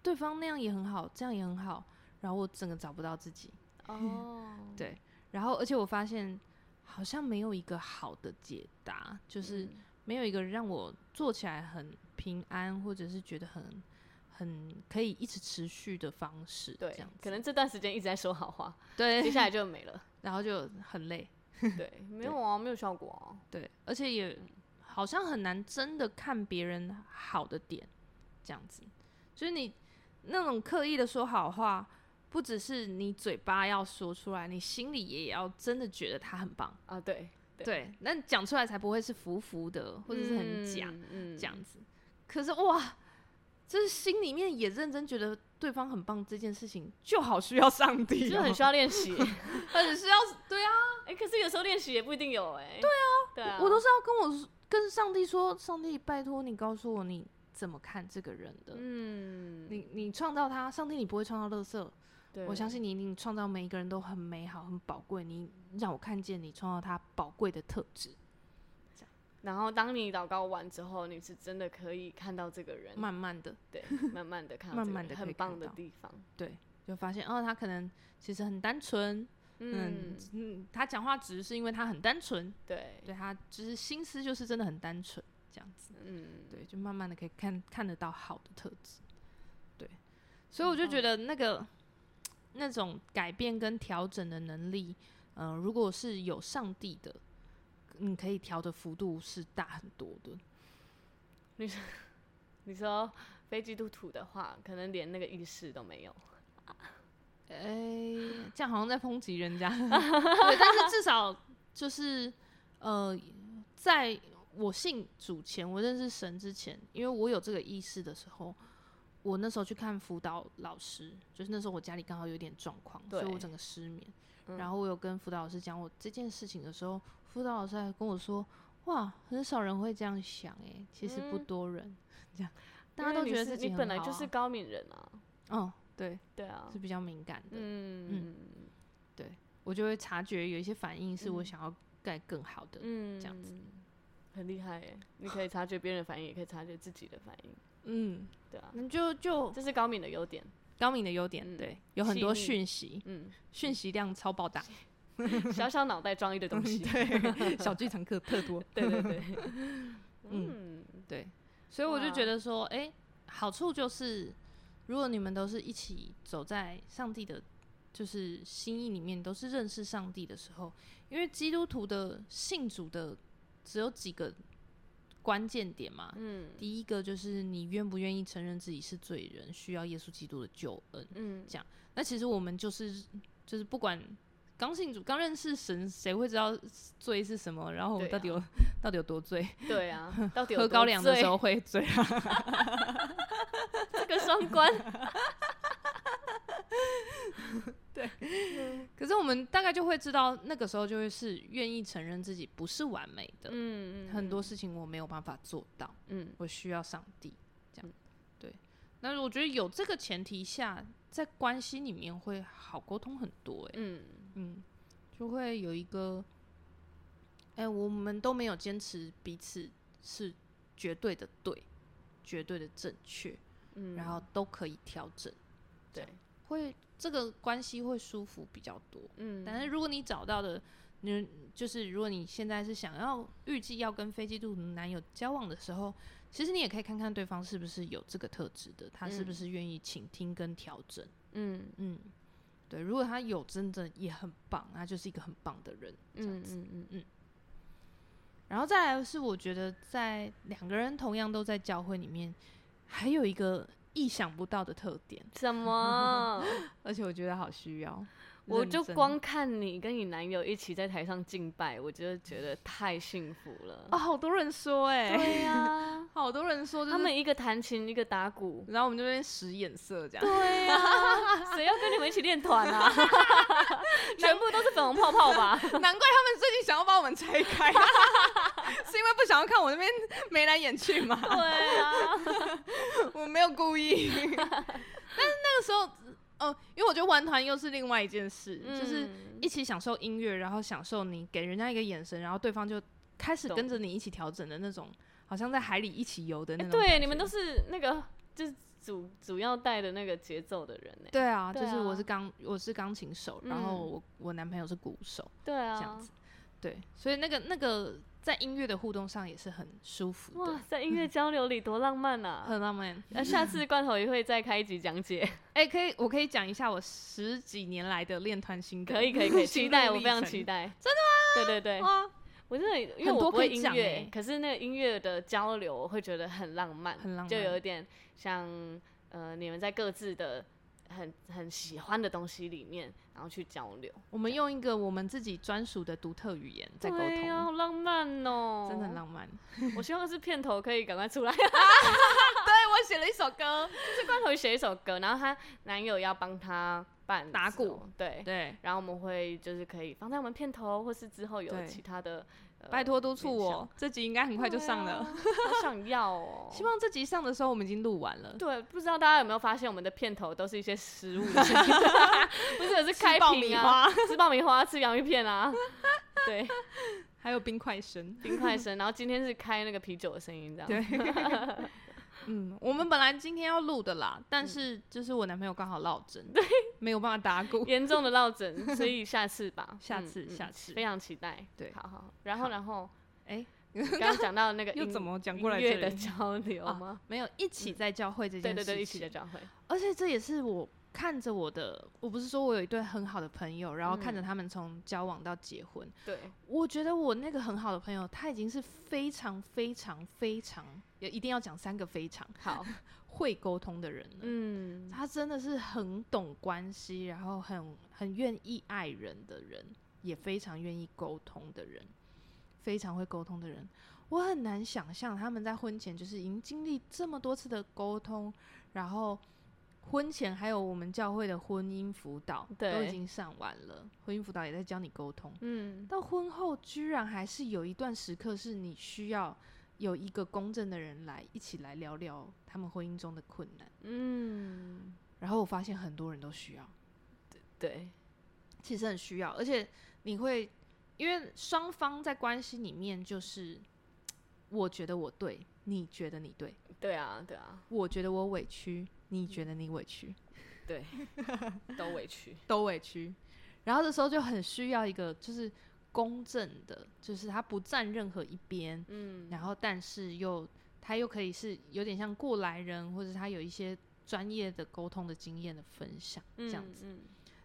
Speaker 2: 对方那样也很好，这样也很好，然后我整个找不到自己，
Speaker 1: 哦，
Speaker 2: 对然后而且我发现好像没有一个好的解答，就
Speaker 1: 就是
Speaker 2: 没有一个让我做起来很平安，或者是觉得很很可以一直持续的方式，这
Speaker 1: [LAUGHS] 对
Speaker 2: 样子，
Speaker 1: 可能这段时间一直在说好话，
Speaker 2: 对 [LAUGHS]
Speaker 1: 接下来就没了。
Speaker 2: 然后就很累，
Speaker 1: 对，没有啊，没有效果啊。
Speaker 2: 对，而且也好像很难真的看别人好的点，这样子，就是你那种刻意的说好话，不只是你嘴巴要说出来，你心里也要真的觉得他很棒，
Speaker 1: 啊，对，对
Speaker 2: 对，那讲出来才不会是浮浮的，或者是很假、
Speaker 1: 嗯，嗯
Speaker 2: 这，样子。可是哇，就是心里面也认真觉得对方很棒这件事情，就好需要上帝、哦
Speaker 1: 就很需
Speaker 2: 要，
Speaker 1: 要 [LAUGHS] 练习。
Speaker 2: 很需要，对啊。
Speaker 1: 哎，可是有时候练习也不一定有哎。对啊，对啊，
Speaker 2: 我都是要跟我说跟上帝说，上帝，拜托你告诉我你怎么看这个人的。
Speaker 1: 嗯，
Speaker 2: 你你创造他，上帝你不会创造垃圾，
Speaker 1: 对
Speaker 2: 我相信你一定创造每一个人都很美好、很宝贵。你让我看见你创造他宝贵的特质，
Speaker 1: 然后当你祷告完之后，你是真的可以看到这个人，
Speaker 2: 慢慢的，
Speaker 1: 对，慢慢的看到这个人，
Speaker 2: 慢慢地可以
Speaker 1: 很棒
Speaker 2: 看
Speaker 1: 的
Speaker 2: 到
Speaker 1: 地方。
Speaker 2: 对，就发现哦，他可能其实很单纯，嗯
Speaker 1: 嗯，
Speaker 2: 嗯，他讲话只是因为他很单纯，
Speaker 1: 对，
Speaker 2: 对他就是心思就是真的很单纯，这样子，
Speaker 1: 嗯，
Speaker 2: 对，就慢慢的可以看看得到好的特质，对，所以
Speaker 1: 嗯
Speaker 2: 我就觉得那个那种改变跟调整的能力，嗯、如果是有上帝的，你可以调的幅度是大很多的，
Speaker 1: 你说非基督徒的话，可能连那个意识都没有。
Speaker 2: 哎、这样好像在抨击人家， [LAUGHS] 对，但是至少就是呃，在我信主前，我认识神之前，因为我有这个意识的时候，我那时候去看辅导老师，就是那时候我家里刚好有点状况，所以
Speaker 1: 对
Speaker 2: 我整个失眠。
Speaker 1: 嗯
Speaker 2: 然后我有跟辅导老师讲我这件事情的时候，辅导老师还跟我说：“哇，很少人会这样想、欸，哎，其实不
Speaker 1: 嗯
Speaker 2: 多人、这样，大
Speaker 1: 因为
Speaker 2: 家都
Speaker 1: 你
Speaker 2: 觉得
Speaker 1: 是
Speaker 2: 自己
Speaker 1: 你
Speaker 2: 很
Speaker 1: 本来
Speaker 2: 好
Speaker 1: 就
Speaker 2: 啊
Speaker 1: 是高敏人啊，
Speaker 2: 哦，对，
Speaker 1: 对啊
Speaker 2: 是，比较敏感的。”
Speaker 1: 嗯
Speaker 2: 我就会察觉有一些反应是我
Speaker 1: 嗯
Speaker 2: 想要盖更好的。
Speaker 1: 嗯，
Speaker 2: 这样子
Speaker 1: 很厉害耶！你可以察觉别人的反应，也可以察觉自己的反应，
Speaker 2: 嗯，
Speaker 1: 对啊，
Speaker 2: 那就就
Speaker 1: 这是高敏的优点。
Speaker 2: 高敏的优点，
Speaker 1: 嗯
Speaker 2: 对，有很多
Speaker 1: 细腻
Speaker 2: 讯息，
Speaker 1: 嗯，
Speaker 2: 讯息量超爆
Speaker 1: [LAUGHS]
Speaker 2: 大，
Speaker 1: 小小脑袋装一堆东西，
Speaker 2: 对，小剧场课特多，
Speaker 1: 对对对，嗯，
Speaker 2: 对，所以我就觉
Speaker 1: 哇
Speaker 2: 得说，哎、好处就是，如果你们都是一起走在上帝的，就是心意里面，都是认识上帝的时候，因为基督徒的信主的只有几个关键点嘛，
Speaker 1: 嗯
Speaker 2: 第一个就是你愿不愿意承认自己是罪人，需要耶稣基督的救恩。
Speaker 1: 嗯，
Speaker 2: 那其实我们就是就是不管刚信主、刚认识神，谁会知道罪是什么？然后我们
Speaker 1: 对
Speaker 2: 到
Speaker 1: 啊
Speaker 2: 底有、 [LAUGHS] 到底有多罪？
Speaker 1: 对啊，到底有
Speaker 2: 喝
Speaker 1: 多
Speaker 2: 高粱的
Speaker 1: 醉
Speaker 2: 时候会醉啊，
Speaker 1: 这个双关，嗯
Speaker 2: 可是我们大概就会知道，那个时候就会是愿意承认自己不是完美的，
Speaker 1: 嗯
Speaker 2: 很多，事情我没有办法做到。
Speaker 1: 嗯
Speaker 2: 我需要上帝，这样、对。那我觉得有这个前提下，在关系里面会好沟通很多、欸，
Speaker 1: 嗯
Speaker 2: 嗯，就会有一个，哎、我们都没有坚持彼此是绝对的对，绝对的正确，
Speaker 1: 嗯，
Speaker 2: 然后都可以调整，
Speaker 1: 对，
Speaker 2: 会这个关系会舒服比较多。
Speaker 1: 嗯，
Speaker 2: 但是如果你找到的，你就是如果你现在是想要预计要跟非基督徒男友交往的时候，其实你也可以看看对方是不是有这个特质的，他是不
Speaker 1: 嗯
Speaker 2: 是愿意倾听跟调整。
Speaker 1: 嗯
Speaker 2: 嗯，对，如果他有，真的也很棒，他就是一个很棒的人。这样
Speaker 1: 嗯
Speaker 2: 子
Speaker 1: 嗯嗯
Speaker 2: 然后再来是，我觉得在两个人同样都在教会里面，还有一个意想不到的特点，
Speaker 1: 什么？
Speaker 2: 而且我觉得好需要。
Speaker 1: 我
Speaker 2: 认
Speaker 1: 就
Speaker 2: 真
Speaker 1: 光看你跟你男友一起在台上敬拜，我就觉得太幸福了。
Speaker 2: 啊、好多人说哎、
Speaker 1: 对呀、啊，
Speaker 2: 好多人说、就是，
Speaker 1: 他们一个弹琴，一个打鼓。
Speaker 2: 然后我们这边使眼色这样。
Speaker 1: 对呀、啊， [LAUGHS] 谁要跟你们一起练团 [LAUGHS] 啊？全部都是粉红泡泡吧？
Speaker 2: [LAUGHS] 难怪他们最近想要把我们
Speaker 1: [LAUGHS]
Speaker 2: 拆开，是因为不想要看我那边眉来眼去嘛？
Speaker 1: [LAUGHS] 对啊，
Speaker 2: 我没有故
Speaker 1: [LAUGHS]
Speaker 2: 意。但是那个时候，哦、因为我觉得玩团又是另外一件事，就是
Speaker 1: 嗯
Speaker 2: 一起享受音乐，然后享受你给人家一个眼神，然后对方就开始
Speaker 1: 懂
Speaker 2: 跟着你一起调整的那种，好像在海里一起游的那
Speaker 1: 哎
Speaker 2: 种、
Speaker 1: 对，你们都。是那个就是主主要带的那个节奏的人呢、
Speaker 2: 对啊，就
Speaker 1: 对啊
Speaker 2: 是我是钢我是钢琴手，然后
Speaker 1: 嗯
Speaker 2: 我我男朋友是鼓手，
Speaker 1: 对啊，
Speaker 2: 这样子。对，所以那个那个在音乐的互动上也是很舒服
Speaker 1: 哇
Speaker 2: 的，，
Speaker 1: 在音乐交流里多浪漫啊！
Speaker 2: 很浪漫。
Speaker 1: 那、下次罐头也会再开一集讲解，
Speaker 2: 哎、可以，我可以讲一下我十几年来的练团心得，
Speaker 1: 可以可以 [LAUGHS]
Speaker 2: [LAUGHS]
Speaker 1: 可以，期待，我非常期
Speaker 2: 期待。
Speaker 1: 待。真的吗？对对对，
Speaker 2: 哇，
Speaker 1: 我真的因为
Speaker 2: 很
Speaker 1: 我
Speaker 2: 多
Speaker 1: 不会
Speaker 2: 可以
Speaker 1: 音
Speaker 2: 讲
Speaker 1: 乐，
Speaker 2: 欸
Speaker 1: 可是那个音乐的交流，我会觉得很浪漫，
Speaker 2: 很浪漫
Speaker 1: 就有一点像呃，你们在各自的很很喜欢的东西里面，然后去交流，
Speaker 2: [LAUGHS] 我们用一个我们自己专属的独特语言在沟
Speaker 1: 对啊，
Speaker 2: 通，
Speaker 1: 好浪漫哦、
Speaker 2: 真的很。浪漫。对
Speaker 1: 我希望是片头可以赶快出来， [LAUGHS]
Speaker 2: 我写了一首歌，
Speaker 1: 就是罐头写一首歌，然后她男友要帮她伴
Speaker 2: 打
Speaker 1: 奏
Speaker 2: 鼓，
Speaker 1: 对。 [LAUGHS]
Speaker 2: 对，
Speaker 1: 然后我们会就是可以放在我们片头，或是之后有
Speaker 2: 对
Speaker 1: 其他的
Speaker 2: 拜托督促
Speaker 1: 面向
Speaker 2: 我，这集应该很快就上了。
Speaker 1: 对啊，好想要 [LAUGHS] 哦。
Speaker 2: 希望这集上的时候我们已经录完了。
Speaker 1: [LAUGHS] 对，不知道大家有没有发现，我们的片头都是一些食物的
Speaker 2: [LAUGHS]
Speaker 1: 不是是开
Speaker 2: 吃爆
Speaker 1: 瓶
Speaker 2: 米
Speaker 1: 啊，
Speaker 2: 花，
Speaker 1: 吃爆米花，吃洋芋片啊，对，
Speaker 2: 还有冰块声。
Speaker 1: 冰块声，然后今天是开那个啤酒的声音，这样。
Speaker 2: 对，
Speaker 1: [LAUGHS]
Speaker 2: 嗯，我们本来今天要录的啦，
Speaker 1: 嗯
Speaker 2: 但是就是我男朋友刚好落枕，对，没有办法打鼓。
Speaker 1: 严重的落枕，所以下次吧，
Speaker 2: [LAUGHS] 下
Speaker 1: 嗯
Speaker 2: 次
Speaker 1: 嗯
Speaker 2: 下次
Speaker 1: 非常期待。
Speaker 2: 对
Speaker 1: 好好，然后
Speaker 2: 好
Speaker 1: 然后
Speaker 2: 哎，
Speaker 1: 刚刚讲到那个
Speaker 2: [LAUGHS] 又
Speaker 1: 音
Speaker 2: 怎么讲过来
Speaker 1: 音乐
Speaker 2: 这
Speaker 1: 的
Speaker 2: 里？
Speaker 1: 交流
Speaker 2: 啊
Speaker 1: 吗？
Speaker 2: 没有一起在教会这件
Speaker 1: 对
Speaker 2: 事
Speaker 1: 对
Speaker 2: 情，
Speaker 1: 对，一起的教会，
Speaker 2: 而且这也是我看着我的，我不是说我有一对很好的朋友，然后看着
Speaker 1: 嗯
Speaker 2: 他们从交往到结婚，
Speaker 1: 对，
Speaker 2: 我觉得我那个很好的朋友，他已经是非常非常非常，也一定要讲三个非常
Speaker 1: 好，
Speaker 2: 会沟通的人了。
Speaker 1: 嗯，
Speaker 2: 他真的是很懂关系，然后很很愿意爱人的人，也非常愿意沟通的人，非常会沟通的人。我很难想象他们在婚前就是已经经历这么多次的沟通，然后婚前还有我们教会的婚姻辅导都
Speaker 1: 对
Speaker 2: 已经上完了，婚姻辅导也在教你沟通。
Speaker 1: 嗯，
Speaker 2: 到婚后居然还是有一段时刻是你需要有一个公正的人来一起来聊聊他们婚姻中的困难。
Speaker 1: 嗯，
Speaker 2: 然后我发现很多人都需要，
Speaker 1: 对，
Speaker 2: 其实很需要，而且你会因为双方在关系里面就是，我觉得我对，你觉得你对，
Speaker 1: 对啊，对啊，
Speaker 2: 我觉得我委屈，你觉得你委屈，
Speaker 1: 对，都委屈，
Speaker 2: [LAUGHS] 都委屈，然后这时候就很需要一个就是公正的，就是他不站任何一边，
Speaker 1: 嗯，
Speaker 2: 然后但是又他又可以是有点像过来人，或者他有一些专业的沟通的经验的分享这样子。
Speaker 1: 嗯，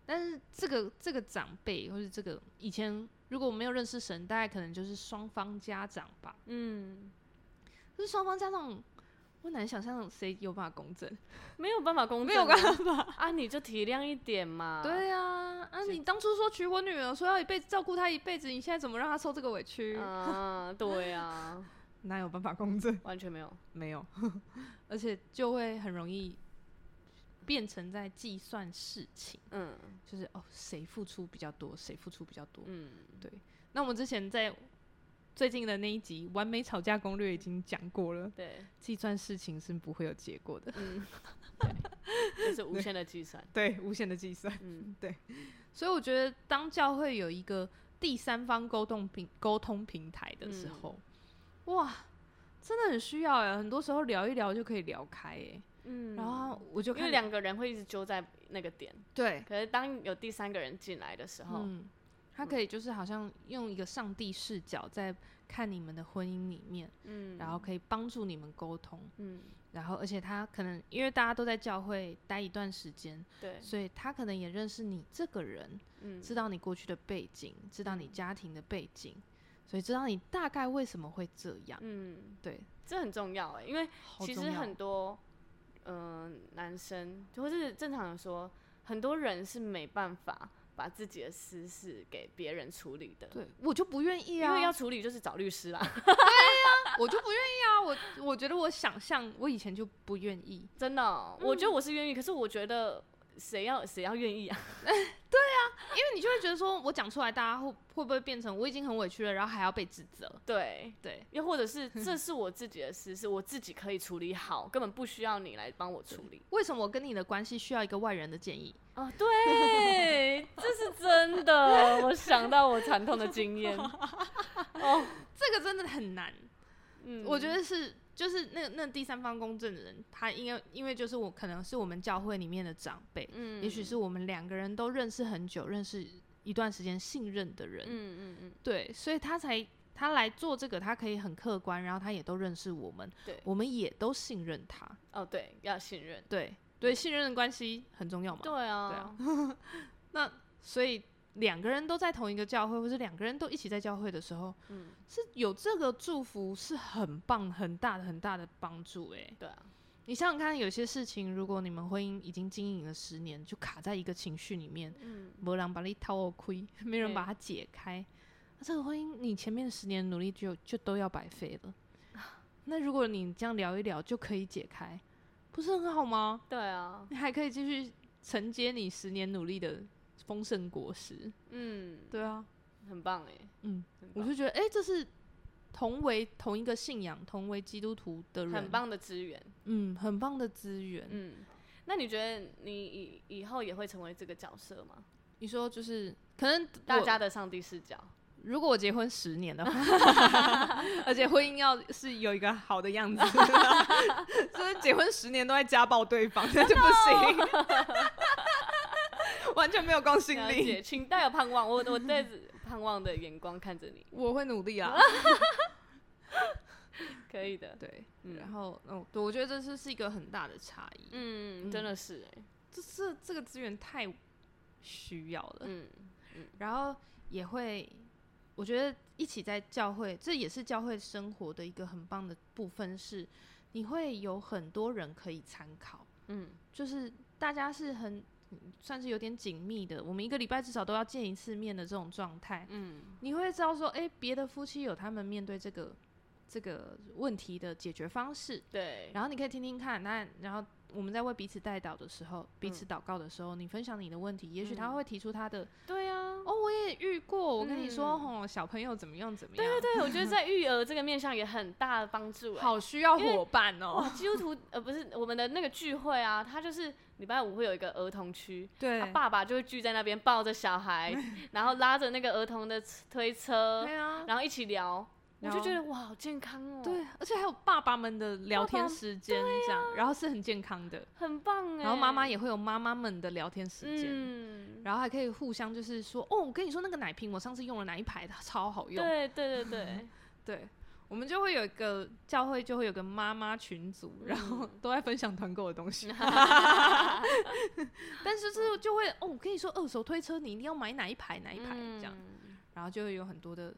Speaker 2: 但是这个这个长辈或是这个以前如果我没有认识神，大概可能就是双方家长吧。
Speaker 1: 嗯，
Speaker 2: 就是双方家长，我难想象谁有办法公正。
Speaker 1: 嗯没有办法公正啊，
Speaker 2: 没有
Speaker 1: 法啊，你就体谅一点嘛，
Speaker 2: 对啊，啊，
Speaker 1: 是
Speaker 2: 你当初说娶我女儿，说要一辈子照顾她一辈子，你现在怎么让她受这个委屈？
Speaker 1: 嗯，对啊，
Speaker 2: 哪有办法公正？
Speaker 1: 完全没有，
Speaker 2: 没有， [LAUGHS] 而且就会很容易变成在计算事情，
Speaker 1: 嗯
Speaker 2: 就是哦，谁付出比较多，谁付出比较多。
Speaker 1: 嗯，
Speaker 2: 那我们之前在最近的那一集《完美吵架攻略》已经讲过了，
Speaker 1: 对，
Speaker 2: 计算事情是不会有结果的， [LAUGHS]
Speaker 1: 嗯，对，就是无限的计算，
Speaker 2: 对，无限的计算。
Speaker 1: 嗯
Speaker 2: 所以我觉得，当教会有一个第三方沟通平沟通平台的
Speaker 1: 嗯
Speaker 2: 时候，哇，真的很需要哎，很多时候聊一聊就可以聊开哎。
Speaker 1: 嗯，
Speaker 2: 然后我就
Speaker 1: 因为
Speaker 2: 看
Speaker 1: 两个人会一直揪在那个点，
Speaker 2: 对，
Speaker 1: 可是当有第三个人进来的时候，
Speaker 2: 嗯，他可以就是好像用一个上帝视角在看你们的婚姻里面，
Speaker 1: 嗯，
Speaker 2: 然后可以帮助你们沟通。
Speaker 1: 嗯，
Speaker 2: 然后，而且他可能因为大家都在教会待一段时间，
Speaker 1: 对，
Speaker 2: 所以他可能也认识你这个人，
Speaker 1: 嗯，
Speaker 2: 知道你过去的背景，知道你
Speaker 1: 嗯
Speaker 2: 家庭的背景，所以知道你大概为什么会这样。
Speaker 1: 嗯，
Speaker 2: 对，
Speaker 1: 这很重要哎，因为
Speaker 2: 好
Speaker 1: 其
Speaker 2: 重
Speaker 1: 实
Speaker 2: 要
Speaker 1: 很多，嗯、男生或是正常人说，很多人是没办法把自己的私事给别人处理的，
Speaker 2: 对，我就不愿意
Speaker 1: 因为要
Speaker 2: 啊，
Speaker 1: 处理就是找律师啦，
Speaker 2: [LAUGHS]
Speaker 1: [LAUGHS]
Speaker 2: 我就不愿意啊，我我觉得我想象，我以前就不愿意，
Speaker 1: 真的哦、我觉
Speaker 2: 嗯
Speaker 1: 得我是愿意，可是我觉得谁要谁要愿意啊？ [LAUGHS]
Speaker 2: 因为你就会觉得说我讲出来，大家会会不会变成我已经很委屈了，然后还要被指责？
Speaker 1: 对。
Speaker 2: 对，
Speaker 1: 又或者是这是我自己的私事，我自己可以处理好，根本不需要你来帮我处理。
Speaker 2: 为什么我跟你的关系需要一个外人的建议？
Speaker 1: 啊，对，这是真的。我想到我惨痛的经验。哦，
Speaker 2: 这个真的很难，
Speaker 1: 嗯，
Speaker 2: 我觉得是，就是那那第三方公证的人，他应该因为就是我可能是我们教会里面的长辈，
Speaker 1: 嗯，
Speaker 2: 也许是我们两个人都认识很久，认识一段时间，信任的人，
Speaker 1: 嗯嗯嗯，
Speaker 2: 对，所以他才他来做这个，他可以很客观，然后他也都认识我们，
Speaker 1: 对
Speaker 2: 我们也都信任他，
Speaker 1: 哦对，要信任。
Speaker 2: 对对，
Speaker 1: 嗯
Speaker 2: 信任的关系很重要嘛，
Speaker 1: 对啊
Speaker 2: 啊，
Speaker 1: [LAUGHS]
Speaker 2: 那所以。两个人都在同一个教会，或者两个人都一起在教会的时候，
Speaker 1: 嗯，
Speaker 2: 是有这个祝福，是很棒、很大的、很大的帮助、欸。
Speaker 1: 对啊，
Speaker 2: 你想想看，有些事情，如果你们婚姻已经经营了十年，就卡在一个情绪里面，
Speaker 1: 嗯，
Speaker 2: 没人把你掏亏， [LAUGHS] 没人
Speaker 1: 对
Speaker 2: 把它解开，那这个婚姻你前面十年努力就就都要白费
Speaker 1: [LAUGHS]
Speaker 2: 了。那如果你这样聊一聊就可以解开，不是很好吗？
Speaker 1: 对啊，
Speaker 2: 你还可以继续承接你十年努力的丰盛果实。
Speaker 1: 嗯，
Speaker 2: 对啊，
Speaker 1: 很棒哎、
Speaker 2: 嗯，
Speaker 1: 很
Speaker 2: 我
Speaker 1: 棒
Speaker 2: 就觉得哎、这是同为同一个信仰、同为基督徒的人，
Speaker 1: 很，棒的资源。
Speaker 2: 嗯，很棒的资源。
Speaker 1: 嗯，那你觉得你以以后也会成为这个角色吗？
Speaker 2: 你说就是可能
Speaker 1: 大
Speaker 2: 我
Speaker 1: 家的上帝视角，
Speaker 2: 如果我结婚十年
Speaker 1: [LAUGHS]
Speaker 2: 的话，而且婚姻要是有一个好的样子， [LAUGHS] 就是结婚十年都在家暴对方，那就不行， [LAUGHS] 完全没有公信
Speaker 1: 哦了
Speaker 2: 力。
Speaker 1: 解，请带有盼望，我
Speaker 2: [LAUGHS]
Speaker 1: 我带着盼望的眼光看着你，
Speaker 2: 我会
Speaker 1: [LAUGHS]
Speaker 2: 努力啊，
Speaker 1: 可以的。
Speaker 2: 对，
Speaker 1: 嗯
Speaker 2: 然后哦，对，我觉得这是是一个很大的差异，
Speaker 1: 嗯，真的是哎、
Speaker 2: 这这这个资源太需要了，
Speaker 1: 嗯
Speaker 2: 然后也会，我觉得一起在教会，这也是教会生活的一个很棒的部分是，你会有很多人可以参考，
Speaker 1: 嗯，
Speaker 2: 就是大家是很嗯算是有点紧密的，我们一个礼拜至少都要见一次面的这种状态，
Speaker 1: 嗯
Speaker 2: 你会知道说，哎、别的夫妻有他们面对这个这个问题的解决方式，
Speaker 1: 对，
Speaker 2: 然后你可以听听看，那然后我们在为彼此代祷的时候，彼此祷告的时候，你分享你的问题，也许他
Speaker 1: 嗯
Speaker 2: 会提出他的。
Speaker 1: 对啊。
Speaker 2: 哦，我也遇过，我跟你说，
Speaker 1: 嗯
Speaker 2: 吼、小朋友怎么样怎么样，
Speaker 1: 对对对，我觉得在育儿这个面向也很大的帮助、欸。
Speaker 2: 好需要
Speaker 1: 因为
Speaker 2: 伙伴哦
Speaker 1: 哇，。基督徒呃不是我们的那个聚会啊，他就是礼拜五会有一个儿童区，
Speaker 2: 对
Speaker 1: 他爸爸就会聚在那边抱着小孩， [LAUGHS] 然后拉着那个儿童的推车，
Speaker 2: 对啊，
Speaker 1: 然后一起聊，我
Speaker 2: 聊
Speaker 1: 就觉得哇，好健康哦，，
Speaker 2: 对，而且还有爸爸们的聊
Speaker 1: 爸
Speaker 2: 天
Speaker 1: 爸
Speaker 2: 时间这样，然后是很健康的，
Speaker 1: 很棒哎。
Speaker 2: 然后妈妈也会有妈妈们的聊天时间。
Speaker 1: 嗯，
Speaker 2: 然后还可以互相就是说，哦，我跟你说那个奶瓶，我上次用了哪一排，它超好用。
Speaker 1: 对对对
Speaker 2: [LAUGHS]
Speaker 1: 对，
Speaker 2: 对，我们就会有一个教会就会有个妈妈群组，然
Speaker 1: 嗯
Speaker 2: 后都在分享团购的
Speaker 1: [LAUGHS]
Speaker 2: 东西。但是就是就会哦，我跟你说，二手推车你一定要买哪一排哪一排这样，
Speaker 1: 嗯
Speaker 2: 然后就会有很多的，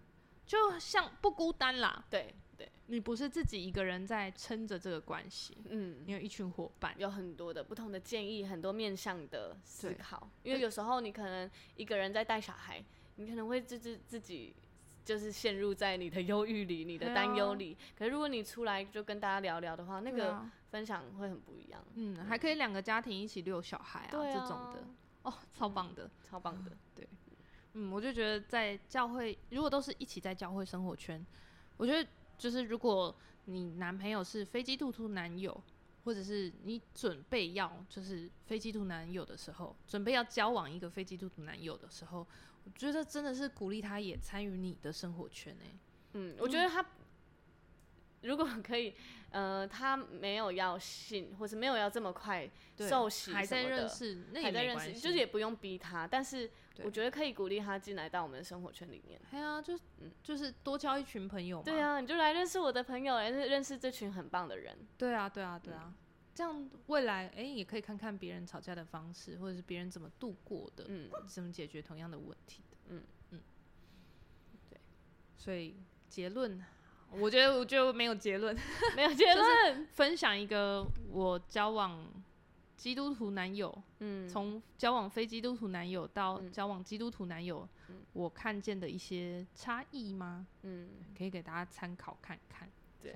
Speaker 2: 就像不孤单啦，
Speaker 1: 对对，
Speaker 2: 你不是自己一个人在撑着这个关系，
Speaker 1: 嗯。
Speaker 2: 你有一群伙伴。
Speaker 1: 有很多的不同的建议，很多面向的思
Speaker 2: 对哎
Speaker 1: 考。因为有时候你可能一个人在带小孩，你可能会自自自己就是陷入在你的忧郁里、你
Speaker 2: 对
Speaker 1: 的
Speaker 2: 啊
Speaker 1: 担忧里。可是如果你出来就跟大家聊聊的话，那
Speaker 2: 对
Speaker 1: 个
Speaker 2: 啊
Speaker 1: 分享会很不一样。
Speaker 2: 嗯，还可以两个家庭一起遛小孩啊，
Speaker 1: 对啊
Speaker 2: 这种的哦，超棒的。
Speaker 1: 超棒的。
Speaker 2: 嗯，我就觉得在教会，如果都是一起在教会生活圈，我觉得就是如果你男朋友是非基督徒男友，或者是你准备要就是非基督徒男友的时候，准备要交往一个非基督徒男友的时候，我觉得真的是鼓励他也参与你的生活圈欸诶、
Speaker 1: 嗯，我觉得他如果可以，呃，他没有要信，或是没有要这么快
Speaker 2: 对
Speaker 1: 受洗
Speaker 2: 还
Speaker 1: 什
Speaker 2: 在
Speaker 1: 么
Speaker 2: 认
Speaker 1: 的
Speaker 2: 识，那也
Speaker 1: 还在
Speaker 2: 没
Speaker 1: 认
Speaker 2: 关
Speaker 1: 识，
Speaker 2: 系
Speaker 1: 就是也不用逼他，但是
Speaker 2: 对
Speaker 1: 我觉得可以鼓励他进来到我们的生活圈里面。
Speaker 2: 哎呀，就
Speaker 1: 嗯
Speaker 2: 就是多交一群朋友嘛。
Speaker 1: 对啊，你就来认识我的朋友，来认认识这群很棒的
Speaker 2: [LAUGHS]
Speaker 1: 人。
Speaker 2: 对啊，对啊，对啊，这样未来哎、也可以看看别人吵架的方式，或者是别人怎么度过的，
Speaker 1: 嗯，
Speaker 2: 怎么解决同样的问题的。
Speaker 1: 嗯
Speaker 2: 嗯，对，所以结论，我觉得我就没有结论， [LAUGHS]
Speaker 1: 没有结论。
Speaker 2: 分享一个我交往基督徒男友，
Speaker 1: 嗯，
Speaker 2: 从交往非基督徒男友到
Speaker 1: 嗯
Speaker 2: 交往基督徒男友，
Speaker 1: 嗯
Speaker 2: 我看见的一些差异吗？
Speaker 1: 嗯，
Speaker 2: 可以给大家参考看看。
Speaker 1: 对。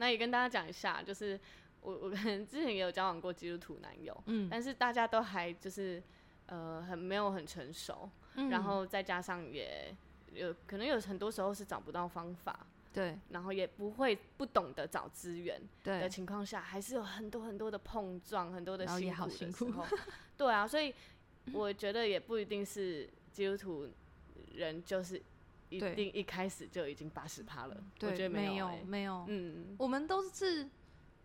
Speaker 1: 那也跟大家讲一下，就是我我可能之前也有交往过基督徒男友，
Speaker 2: 嗯，
Speaker 1: 但是大家都还就是呃很没有很成熟，
Speaker 2: 嗯
Speaker 1: 然后再加上也有可能有很多时候是找不到方法，
Speaker 2: 嗯对
Speaker 1: 然后也不会不懂得找资源，的
Speaker 2: 对
Speaker 1: 情况下，还是有很多很多的碰撞，很多的
Speaker 2: 然后也
Speaker 1: 辛
Speaker 2: 好
Speaker 1: 苦的
Speaker 2: 辛
Speaker 1: 时
Speaker 2: 苦 [LAUGHS] 嗯
Speaker 1: 候。对啊，所以我觉得也不一定是基督徒人就是一
Speaker 2: 对嗯
Speaker 1: 定一开始就已经八十趴了，我
Speaker 2: 对，
Speaker 1: 觉得
Speaker 2: 没
Speaker 1: 有、
Speaker 2: 有
Speaker 1: 欸。
Speaker 2: 没有，
Speaker 1: 嗯，
Speaker 2: 我们都是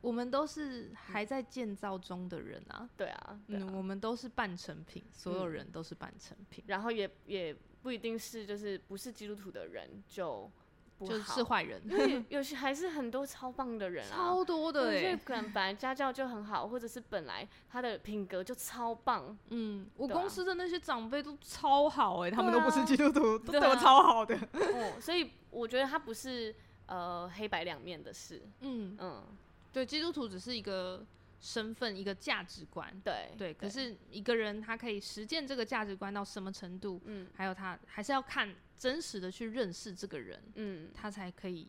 Speaker 2: 我们都是还在建造中的人啊。
Speaker 1: 对啊，对啊
Speaker 2: 嗯，我们都是半成品，所有
Speaker 1: 嗯
Speaker 2: 人都是半成品，
Speaker 1: 然后也也不一定是就是不是基督徒的人就不
Speaker 2: 就
Speaker 1: 好，
Speaker 2: 是坏人，
Speaker 1: 因为有些还是很多超棒的人啊，
Speaker 2: 超多的
Speaker 1: 有些
Speaker 2: 欸
Speaker 1: 可能本来家教就很好，或者是本来他的品格就超
Speaker 2: [LAUGHS]
Speaker 1: 棒，
Speaker 2: 嗯，我
Speaker 1: 对啊
Speaker 2: 公司的那些长辈都超好哎、他们都不是
Speaker 1: 对啊
Speaker 2: 基督徒，都
Speaker 1: 对
Speaker 2: 对我
Speaker 1: 啊
Speaker 2: 超
Speaker 1: [LAUGHS]
Speaker 2: 好的。
Speaker 1: 哦，所以我觉得它不是呃黑白两面的事，
Speaker 2: 嗯，
Speaker 1: 嗯，
Speaker 2: 对，基督徒只是一个身份，一个价值观。
Speaker 1: 对
Speaker 2: 对，可是一个人他可以实践这个价值观到什么程度，
Speaker 1: 嗯
Speaker 2: 还有他还是要看真实的去认识这个人，
Speaker 1: 嗯
Speaker 2: 他才可以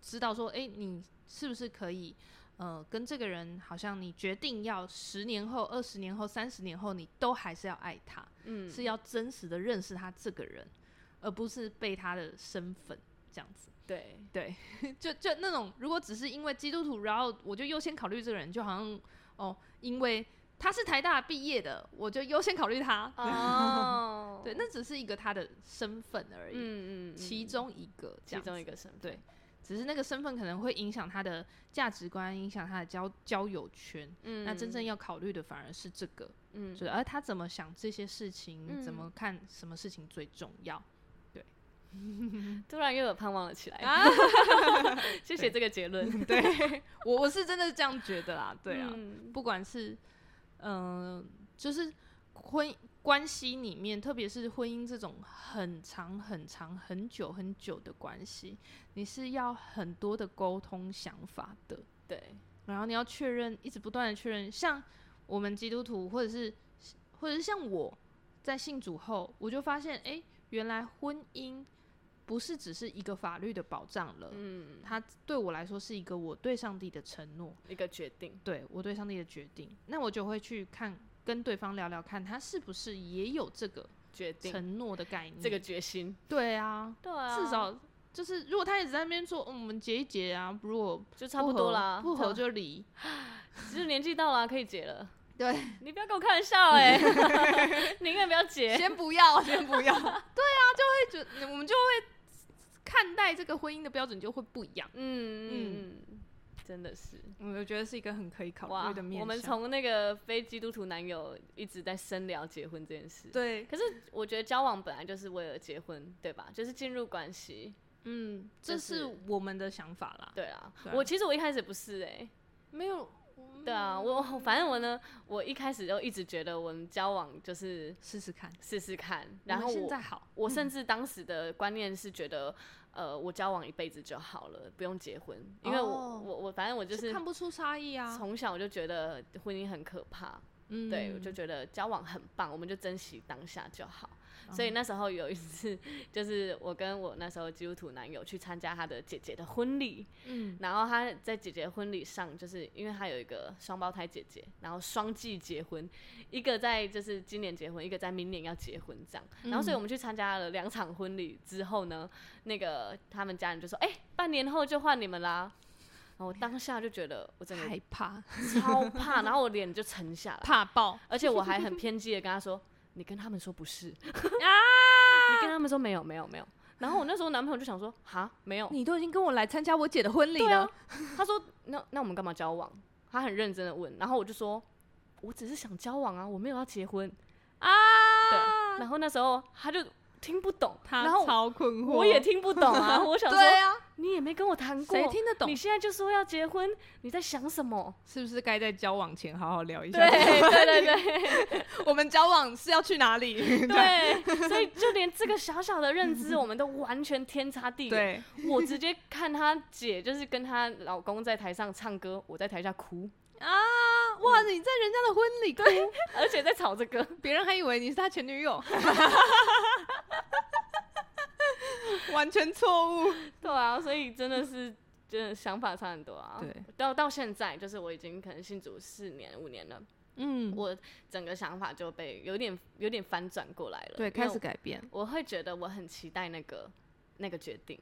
Speaker 2: 知道说，哎、你是不是可以，呃，跟这个人好像你决定要十年后、二十年后、三十年后，你都还是要爱他，
Speaker 1: 嗯
Speaker 2: 是要真实的认识他这个人，而不是被他的身份这样子。
Speaker 1: 对，
Speaker 2: 对， [LAUGHS] 就就那种，如果只是因为基督徒，然后我就优先考虑这个人，就好像哦，因为他是台大毕业的，我就优先考虑他。
Speaker 1: 哦
Speaker 2: 对，那只是一个他的身份而已，
Speaker 1: 嗯嗯嗯，
Speaker 2: 其中一个，这
Speaker 1: 其
Speaker 2: 样
Speaker 1: 中一
Speaker 2: 子，
Speaker 1: 个身份，
Speaker 2: 对只是那个身份可能会影响他的价值观，影响他的交交友圈。
Speaker 1: 嗯，
Speaker 2: 那真正要考虑的反而是这个，
Speaker 1: 嗯
Speaker 2: 就是啊而他怎么想这些事情，
Speaker 1: 嗯
Speaker 2: 怎么看什么事情最重要。
Speaker 1: 突然又有盼望了起来，
Speaker 2: 啊
Speaker 1: 谢谢这个结论。
Speaker 2: [LAUGHS] 对 [LAUGHS] 我我是真的这样觉得啦，对啊，
Speaker 1: 嗯
Speaker 2: 不管是嗯、呃就是婚关系里面，特别是婚姻这种很长、很长、很久、很久的关系，你是要很多的沟通想法的，
Speaker 1: 对，
Speaker 2: 然后你要确认，一直不断的确认。像我们基督徒，或者是或者是像我在信主后，我就发现，哎、原来婚姻不是只是一个法律的保障了。
Speaker 1: 嗯，
Speaker 2: 它对我来说是一个我对上帝的承诺，
Speaker 1: 一个决定，
Speaker 2: 对我对上帝的决定，那我就会去看跟对方聊聊看，他是不是也有这个
Speaker 1: 决定
Speaker 2: 承诺的概念。
Speaker 1: 这个决心，
Speaker 2: 对啊，
Speaker 1: 对啊
Speaker 2: 至少就是如果他一直在那边说、嗯我们结一结啊，如果
Speaker 1: 就差不多
Speaker 2: 合
Speaker 1: 啦，
Speaker 2: 不合
Speaker 1: 就
Speaker 2: 就
Speaker 1: [LAUGHS]
Speaker 2: 离。
Speaker 1: 只是年纪到了，可以结了。
Speaker 2: 对，
Speaker 1: 你不要跟我开玩笑
Speaker 2: [LAUGHS]
Speaker 1: 哎，宁愿不要结。
Speaker 2: 先不要，先不 [LAUGHS] 要。对啊，就会觉我们就会看待这个婚姻的标准就会不一样。
Speaker 1: 嗯嗯，真的是
Speaker 2: 我觉得是一个很可以考
Speaker 1: 哇
Speaker 2: 虑的面，向。
Speaker 1: 我们从那个非基督徒男友一直在深聊结婚这件事。
Speaker 2: 对，
Speaker 1: 可是我觉得交往本来就是为了结婚，对吧？就是进入关系。
Speaker 2: 嗯，这
Speaker 1: 就是
Speaker 2: 是我们的想法啦。
Speaker 1: 对啊，
Speaker 2: 对啊
Speaker 1: 我其实我一开始不是哎、欸，
Speaker 2: 没有，
Speaker 1: 对啊，我反正我呢，我一开始就一直觉得我们交往就是
Speaker 2: 试试看。
Speaker 1: 试试看，
Speaker 2: 然
Speaker 1: 然
Speaker 2: 后
Speaker 1: 后
Speaker 2: 现
Speaker 1: 我
Speaker 2: 在好，
Speaker 1: 我甚至当时的观念是觉得，呃，我交往一辈子就好了，不用结婚，因为我、
Speaker 2: 哦
Speaker 1: 我我反正我就
Speaker 2: 就是看不出差异啊。
Speaker 1: 从小我就觉得婚姻很可怕，
Speaker 2: 嗯
Speaker 1: 对我就觉得交往很棒，我们就珍惜当下就好。所以那时候有一次，就是我跟我那时候基督徒男友去参加他的姐姐的婚礼，
Speaker 2: 嗯
Speaker 1: 然后他在姐姐婚礼上，就是因为他有一个双胞胎姐姐，然后双季结婚，一个在就是今年结婚，一个在明年要结婚这样。然后所以我们去参加了两场婚礼之后呢，那个他们家人就说：“哎、半年后就换你们啦。”然后我当下就觉得我真的
Speaker 2: 害怕，
Speaker 1: 超怕，然后我脸就沉下来，
Speaker 2: 怕爆
Speaker 1: 而且我还很偏激的跟他说：“你跟他们说不
Speaker 2: [LAUGHS]
Speaker 1: 是
Speaker 2: 啊！
Speaker 1: 你跟他们说没有没有没有。”然后我那时候男朋友就想说：“哈，没有。”
Speaker 2: 你都已经跟我来参加我姐的婚礼
Speaker 1: 对啊
Speaker 2: 了，，
Speaker 1: 他说那那我们干嘛交往？他很认真的问，然后我就说我只是想交往啊，我没有要结婚啊。对，然后那时候他就听不懂，
Speaker 2: 他
Speaker 1: 然后
Speaker 2: 超困惑，
Speaker 1: 我也听不懂
Speaker 2: [LAUGHS]
Speaker 1: 啊，我想说
Speaker 2: 对啊，
Speaker 1: 你也没跟我谈过
Speaker 2: 谁。听得懂
Speaker 1: 你？现在就说要结婚，你在想什么？
Speaker 2: 是不是该在交往前好好聊一
Speaker 1: 对
Speaker 2: 下？
Speaker 1: 对对对
Speaker 2: [LAUGHS] 我们交往是要去哪 [LAUGHS] 里？
Speaker 1: 对，所以就连这个小小的认知，我们都完全天差地远。
Speaker 2: 对，
Speaker 1: 我直接看她姐，就是跟她老公在台上唱歌，我在台下哭， [LAUGHS]
Speaker 2: 啊，哇！你在人家的婚礼哭，
Speaker 1: 而且在吵这个。
Speaker 2: [LAUGHS] 别人还以为你是他前女友， [LAUGHS] 完全错误。
Speaker 1: [LAUGHS] 对啊，所以真的是真的想法差很多啊。
Speaker 2: 对，
Speaker 1: 到到现在就是我已经可能信主四年五年了，
Speaker 2: 嗯，
Speaker 1: 我整个想法就被有点有点翻转过来了。
Speaker 2: 对，
Speaker 1: 因为
Speaker 2: 开始改变。
Speaker 1: 我会觉得我很期待那个那个决定。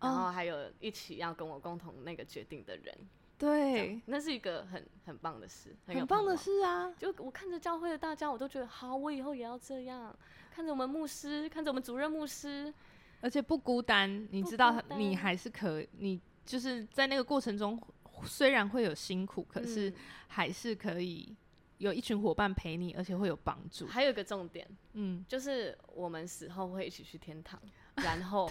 Speaker 2: 哦
Speaker 1: 然后还有一起要跟我共同那个决定的人，
Speaker 2: 对，
Speaker 1: 那是一个很很棒的事，有
Speaker 2: 很棒的
Speaker 1: 盼望。
Speaker 2: 事啊！
Speaker 1: 就我看着教会的大家，我都觉得好，我以后也要这样。看着我们牧师，看着我们主任牧师，
Speaker 2: 而且不孤单，你
Speaker 1: 不
Speaker 2: 知道
Speaker 1: 孤
Speaker 2: 他你
Speaker 1: 单
Speaker 2: 还是可，你就是在那个过程中，虽然会有辛苦，可是
Speaker 1: 嗯
Speaker 2: 还是可以有一群伙伴陪你，而且会有帮助。
Speaker 1: 还有一个重点，
Speaker 2: 嗯，
Speaker 1: 就是我们死后会一起去天堂，然
Speaker 2: [LAUGHS]
Speaker 1: 后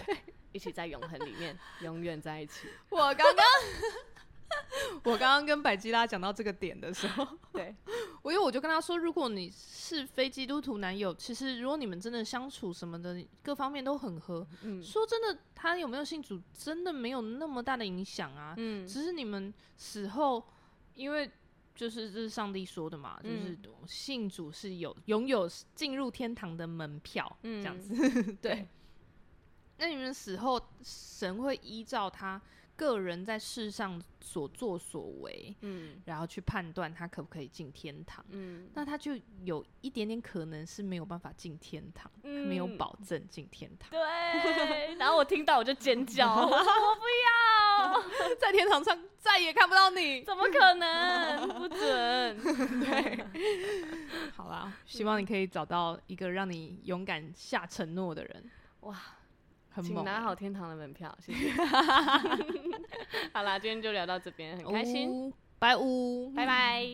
Speaker 1: 一起在永恒里面永远在一起。
Speaker 2: 我刚 [LAUGHS] 刚我刚刚跟百基拉讲到这个点的时候，
Speaker 1: 对，
Speaker 2: 我因为我就跟他说，如果你是非基督徒男友，其实如果你们真的相处什么的，各方面都很合，
Speaker 1: 嗯
Speaker 2: 说真的，他有没有信主，真的没有那么大的影响啊。 [LAUGHS]
Speaker 1: 嗯，
Speaker 2: 只是你们死后，因为就是这是上帝说的嘛，就
Speaker 1: 嗯
Speaker 2: 是信主是有拥有进入天堂的门票，
Speaker 1: 嗯
Speaker 2: 这样子。
Speaker 1: 对，
Speaker 2: 那你们死后，神会依照他个人在世上所作所为，
Speaker 1: 嗯
Speaker 2: 然后去判断他可不可以进天堂。
Speaker 1: 嗯，
Speaker 2: 那他就有一点点可能是没有办法进天堂，
Speaker 1: 嗯
Speaker 2: 没有保证进天堂，
Speaker 1: 对。然后我听到我就尖叫，我说
Speaker 2: [LAUGHS]
Speaker 1: 我不要，
Speaker 2: 在天堂上 [LAUGHS] 再也看不到你。
Speaker 1: 怎么可能？不准。
Speaker 2: [LAUGHS] 好啦，希望你可以找到一个让你勇敢下承诺的人，
Speaker 1: 哇，
Speaker 2: 很
Speaker 1: 请
Speaker 2: 猛欸。
Speaker 1: 拿好天堂的门票，谢
Speaker 2: [LAUGHS]
Speaker 1: 谢。好啦，今天就聊到这边，很开心，
Speaker 2: 哦，拜五，
Speaker 1: 拜拜。